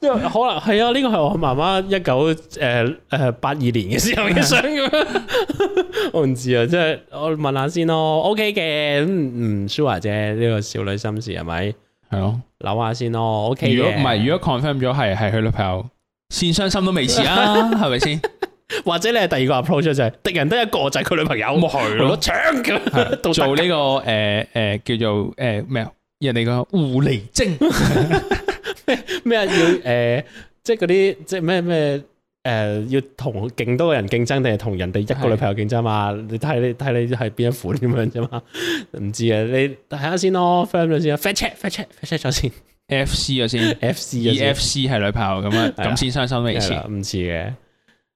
Speaker 2: 因為可能係啊，呢個係我媽媽一九誒誒八二年嘅時候嘅相咁樣。
Speaker 3: [laughs]
Speaker 2: 我唔知啊，即係我問下先咯。O K 嘅，咁唔 sure 啫，呢個少女心事係咪？
Speaker 3: 係咯，
Speaker 2: 諗下先咯。O K
Speaker 3: 如果唔係，如果 confirm 咗係係佢女朋友，先傷心都未遲 [laughs] 啊，係咪先？
Speaker 2: 果或者你係第二個 approach 就係敵人得一個就係佢女朋友，
Speaker 3: 咪係咯
Speaker 2: 咯，搶
Speaker 3: 係
Speaker 2: 咁 [laughs] 到
Speaker 3: 做
Speaker 2: 做呢
Speaker 3: 呢個誒誒叫做誒咩啊？人哋個狐狸 [laughs] 精，
Speaker 2: 咩啊要誒，即係嗰啲即係咩咩。誒、要同勁多個人競爭，定係同人哋一個女朋友競爭嘛？你睇你睇你係邊一款咁樣啫嘛？唔知啊，你睇下先咯，firm 咗先啊 f a c t check fact check fact check 咗先
Speaker 3: FC 啊先
Speaker 2: E ，F C 咗先，
Speaker 3: ，EFC 係女朋友咁啊，
Speaker 2: 係啦
Speaker 3: 咁先傷心都未
Speaker 2: 係
Speaker 3: 遲
Speaker 2: 啦。唔似嘅。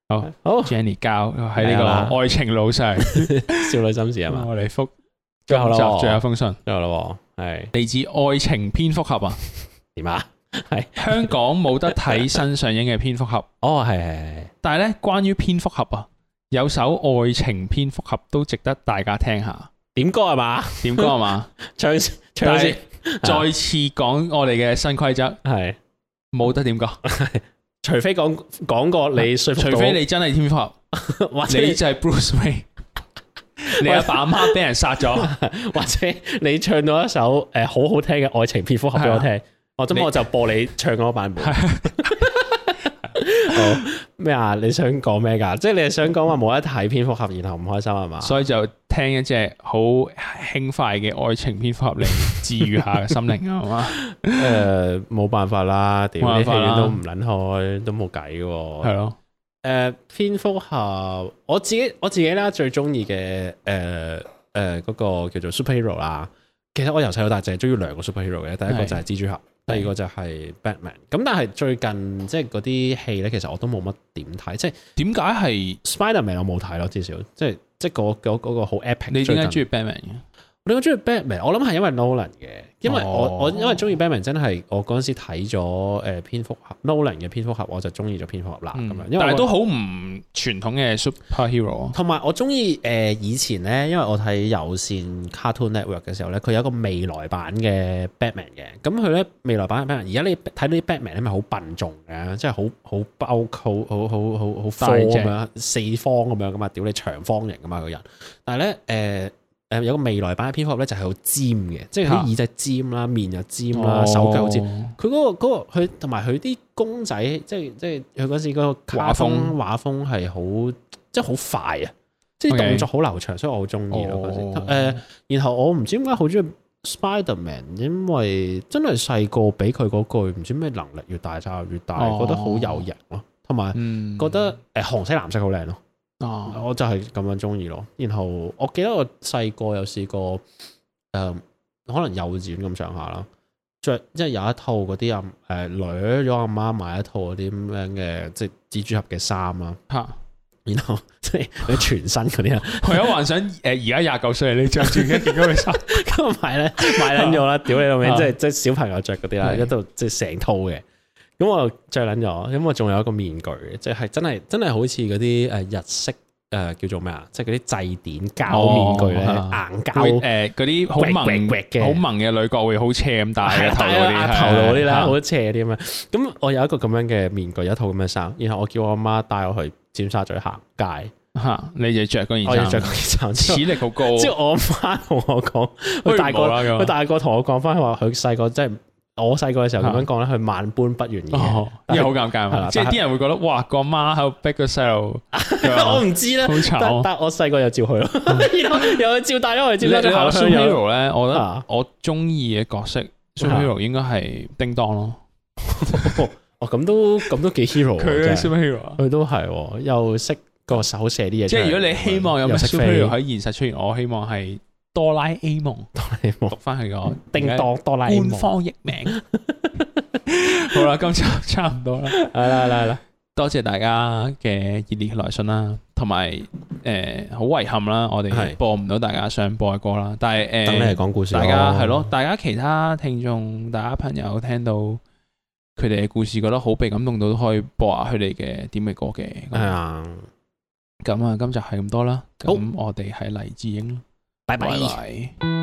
Speaker 3: 好
Speaker 2: 好，
Speaker 3: Jenny 交喺
Speaker 2: 係啦
Speaker 3: 呢個愛情路上，
Speaker 2: 少女心事係嘛？
Speaker 3: 我哋覆
Speaker 2: 嗯最後啦喎，
Speaker 3: 最後一封信，
Speaker 2: 最後啦喎，係
Speaker 3: 嚟自愛情蝙蝠俠啊！
Speaker 2: 點啊？係
Speaker 3: 香港冇得睇新上映嘅蝙蝠俠。
Speaker 2: 哦，係係
Speaker 3: 但系咧，關於蝙蝠俠啊，有首愛情蝙蝠俠都值得大家聽下。
Speaker 2: 點歌係嘛？
Speaker 3: 點歌啊嘛？
Speaker 2: [laughs] 唱
Speaker 3: [laughs] 但
Speaker 2: 唱
Speaker 3: 係
Speaker 2: 先，
Speaker 3: 再次講我哋嘅新規則，
Speaker 2: 係
Speaker 3: 冇得點歌，
Speaker 2: 除非講講過你說服
Speaker 3: 除
Speaker 2: 到
Speaker 3: 非你真
Speaker 2: [laughs]
Speaker 3: 係蝙蝠俠，
Speaker 2: 或者
Speaker 3: 你
Speaker 2: [laughs]
Speaker 3: 就係 Bruce Wayne。你阿爸阿媽俾人殺咗，
Speaker 2: [laughs] 或者你唱到一首誒好好聽嘅愛情蝙蝠俠俾我聽，我咁
Speaker 3: 啊你
Speaker 2: 我就播你唱嗰個版本。好咩啊？你想講咩㗎？即係你係想講話冇得睇蝙蝠俠，然後唔開心係嘛？
Speaker 3: [laughs] 所以就聽一隻好輕快嘅愛情蝙蝠俠嚟治愈下心靈啊，係嘛？
Speaker 2: 誒冇辦法啦，屌
Speaker 3: 呃
Speaker 2: 啲戲
Speaker 3: 冇辦法啦
Speaker 2: 院都唔撚開，都冇計嘅喎。
Speaker 3: 係咯，
Speaker 2: 誒、呃蝙蝠俠，我自己我自己啦，最中意嘅誒誒嗰個叫做 superhero 啦。其實我由細到大就係中意兩個 superhero 嘅，第一個就係蜘蛛俠，第二個就係 Batman。咁但係最近即係嗰啲戲咧，其實我都冇乜點睇，即係
Speaker 3: 點解係
Speaker 2: Spiderman 我冇睇咯，至少即係即係嗰嗰嗰個好 epic
Speaker 3: 你
Speaker 2: 最近。
Speaker 3: 點解中意 Batman 嘅？
Speaker 2: 我點解中意 Batman？我諗係因為 Nolan 嘅，因為我、
Speaker 3: 哦
Speaker 2: 我因為中意 Batman 真係我嗰陣時睇咗誒蝙蝠俠 Nolan 嘅蝙蝠俠，我就中意咗蝙蝠俠啦咁樣，因為
Speaker 3: 嗯但係
Speaker 2: 我
Speaker 3: 都好唔傳統嘅 superhero 啊。
Speaker 2: 同埋我中意誒以前咧，因為我睇有線 Cartoon Network 嘅時候咧，佢有一個未來版嘅 Batman 嘅，咁佢咧未來版嘅 Batman，而家你睇到啲 Batman 咧咪好笨重嘅，即係好好包好好好好好
Speaker 3: 大
Speaker 2: 方
Speaker 3: 隻
Speaker 2: 咁樣，四方咁樣噶嘛，屌你長方形噶嘛個人，但係咧誒誒有個未來版嘅蝙蝠俠咧就係好尖嘅，即係
Speaker 3: 嚇哦
Speaker 2: 啲耳仔尖啦、面又尖啦、手腳好尖。佢嗰、個嗰、個佢同埋佢啲公仔，即係即係佢嗰時嗰個卡通畫風係好，即係好快啊！即係
Speaker 3: OK
Speaker 2: 動作好流暢，所以我好中意咯嗰
Speaker 3: 哦
Speaker 2: 時。誒，然後我唔知點解好中意 Spiderman，因為真係細個俾佢嗰句唔知咩能力越大就越大，
Speaker 3: 哦
Speaker 2: 覺得好有型咯，同埋
Speaker 3: 嗯
Speaker 2: 覺得哦誒紅色藍色好靚咯。
Speaker 3: 啊，
Speaker 2: 我就係咁樣中意咯。然後我記得我細個有試過，誒、可能幼稚園咁上下啦，着即係有一套嗰啲阿誒掠咗阿媽買一套嗰啲咁樣嘅即係蜘蛛俠嘅衫啦，
Speaker 3: 嚇
Speaker 2: 然後即係佢全身嗰啲啦，
Speaker 3: [laughs]
Speaker 2: 啊
Speaker 3: 我有幻想誒，而家廿九歲你着住一件咁嘅衫，
Speaker 2: 咁買 [laughs] 咧買撚咗啦，屌你老味
Speaker 3: 啊，
Speaker 2: 即係即係小朋友着嗰啲啦，
Speaker 3: 係
Speaker 2: 一度即係成套嘅。咁我着撚咗，咁我仲有一個面具嘅，即係真係真係好似嗰啲呃誒日式誒、叫做咩啊，即係嗰啲祭典膠面具咧，
Speaker 3: 哦
Speaker 2: 硬
Speaker 3: 會
Speaker 2: 膠。
Speaker 3: 誒嗰啲好萌
Speaker 2: 搲搲搲嘅
Speaker 3: 好萌嘅女角會好斜咁戴
Speaker 2: 係
Speaker 3: 嘅
Speaker 2: 啊
Speaker 3: 頭
Speaker 2: 戴
Speaker 3: 嗰啲，
Speaker 2: 喺頭度嗰啲啦，
Speaker 3: 係
Speaker 2: 好斜啲咁樣。咁我有一個咁樣嘅面具，有一套咁嘅衫，然後我叫我阿媽帶我去尖沙咀行街，
Speaker 3: 嚇你就着嗰
Speaker 2: 我哦要
Speaker 3: 件
Speaker 2: 着
Speaker 3: 衫
Speaker 2: 嗰，件衫之後
Speaker 3: 恥力
Speaker 2: [laughs]
Speaker 3: 好高，
Speaker 2: 之後我阿媽同我講，
Speaker 3: 不如
Speaker 2: 佢大個
Speaker 3: 冇啦咁
Speaker 2: 佢大個同我講翻話，佢細個即係我細個嘅時候咁樣講咧，佢萬般不願意嘅
Speaker 3: 哦。因為好尷
Speaker 2: 係啦
Speaker 3: 尬，即係
Speaker 2: 但係
Speaker 3: 啲人會覺得哇個媽喺度逼個細路，
Speaker 2: [laughs] 我唔知咧，啊
Speaker 3: 好慘
Speaker 2: 但但我細個又照去咯，
Speaker 3: [laughs]
Speaker 2: 然後又照帶咗我去
Speaker 3: 你
Speaker 2: 尖沙咀
Speaker 3: 你話
Speaker 2: 行香油。
Speaker 3: superhero 咧，我覺得
Speaker 2: 啊
Speaker 3: 我中意嘅角色 superhero 應該係叮當咯，
Speaker 2: [laughs] 哦，咁都咁都幾 hero 喎
Speaker 3: 佢
Speaker 2: 真係
Speaker 3: 嘅 superhero 啊。
Speaker 2: 佢都係喎，又識個手射啲嘢出
Speaker 3: 即
Speaker 2: 嚟。
Speaker 3: 係如果你希望有咩
Speaker 2: 又識
Speaker 3: superhero
Speaker 2: 飛
Speaker 3: 喺現實出現，我希望係哆啦 A 夢，
Speaker 2: 哆啦 A 夢
Speaker 3: 讀翻佢個
Speaker 2: 叮當哆啦 A
Speaker 3: 官
Speaker 2: 夢，
Speaker 3: 方譯名。
Speaker 2: [laughs]
Speaker 3: 好啦，今集 [laughs] 差唔多啦，
Speaker 2: 係啦係啦係啦，
Speaker 3: 多謝大家嘅熱烈來信啦，同埋誒好遺憾啦，我哋
Speaker 2: 係
Speaker 3: 播唔到大家想播嘅歌啦，但係誒
Speaker 2: 等你嚟講故事咯。
Speaker 3: 大家係咯，大家其他聽眾、大家朋友聽到佢哋嘅故事，覺得好被感動到，都可以播下佢哋嘅點嘅歌嘅。
Speaker 2: 係啊，
Speaker 3: 咁啊，今集係咁多啦。
Speaker 2: 好
Speaker 3: 咁我哋係黎智英啦，
Speaker 2: 拜
Speaker 3: 拜
Speaker 2: 拜。
Speaker 3: 拜。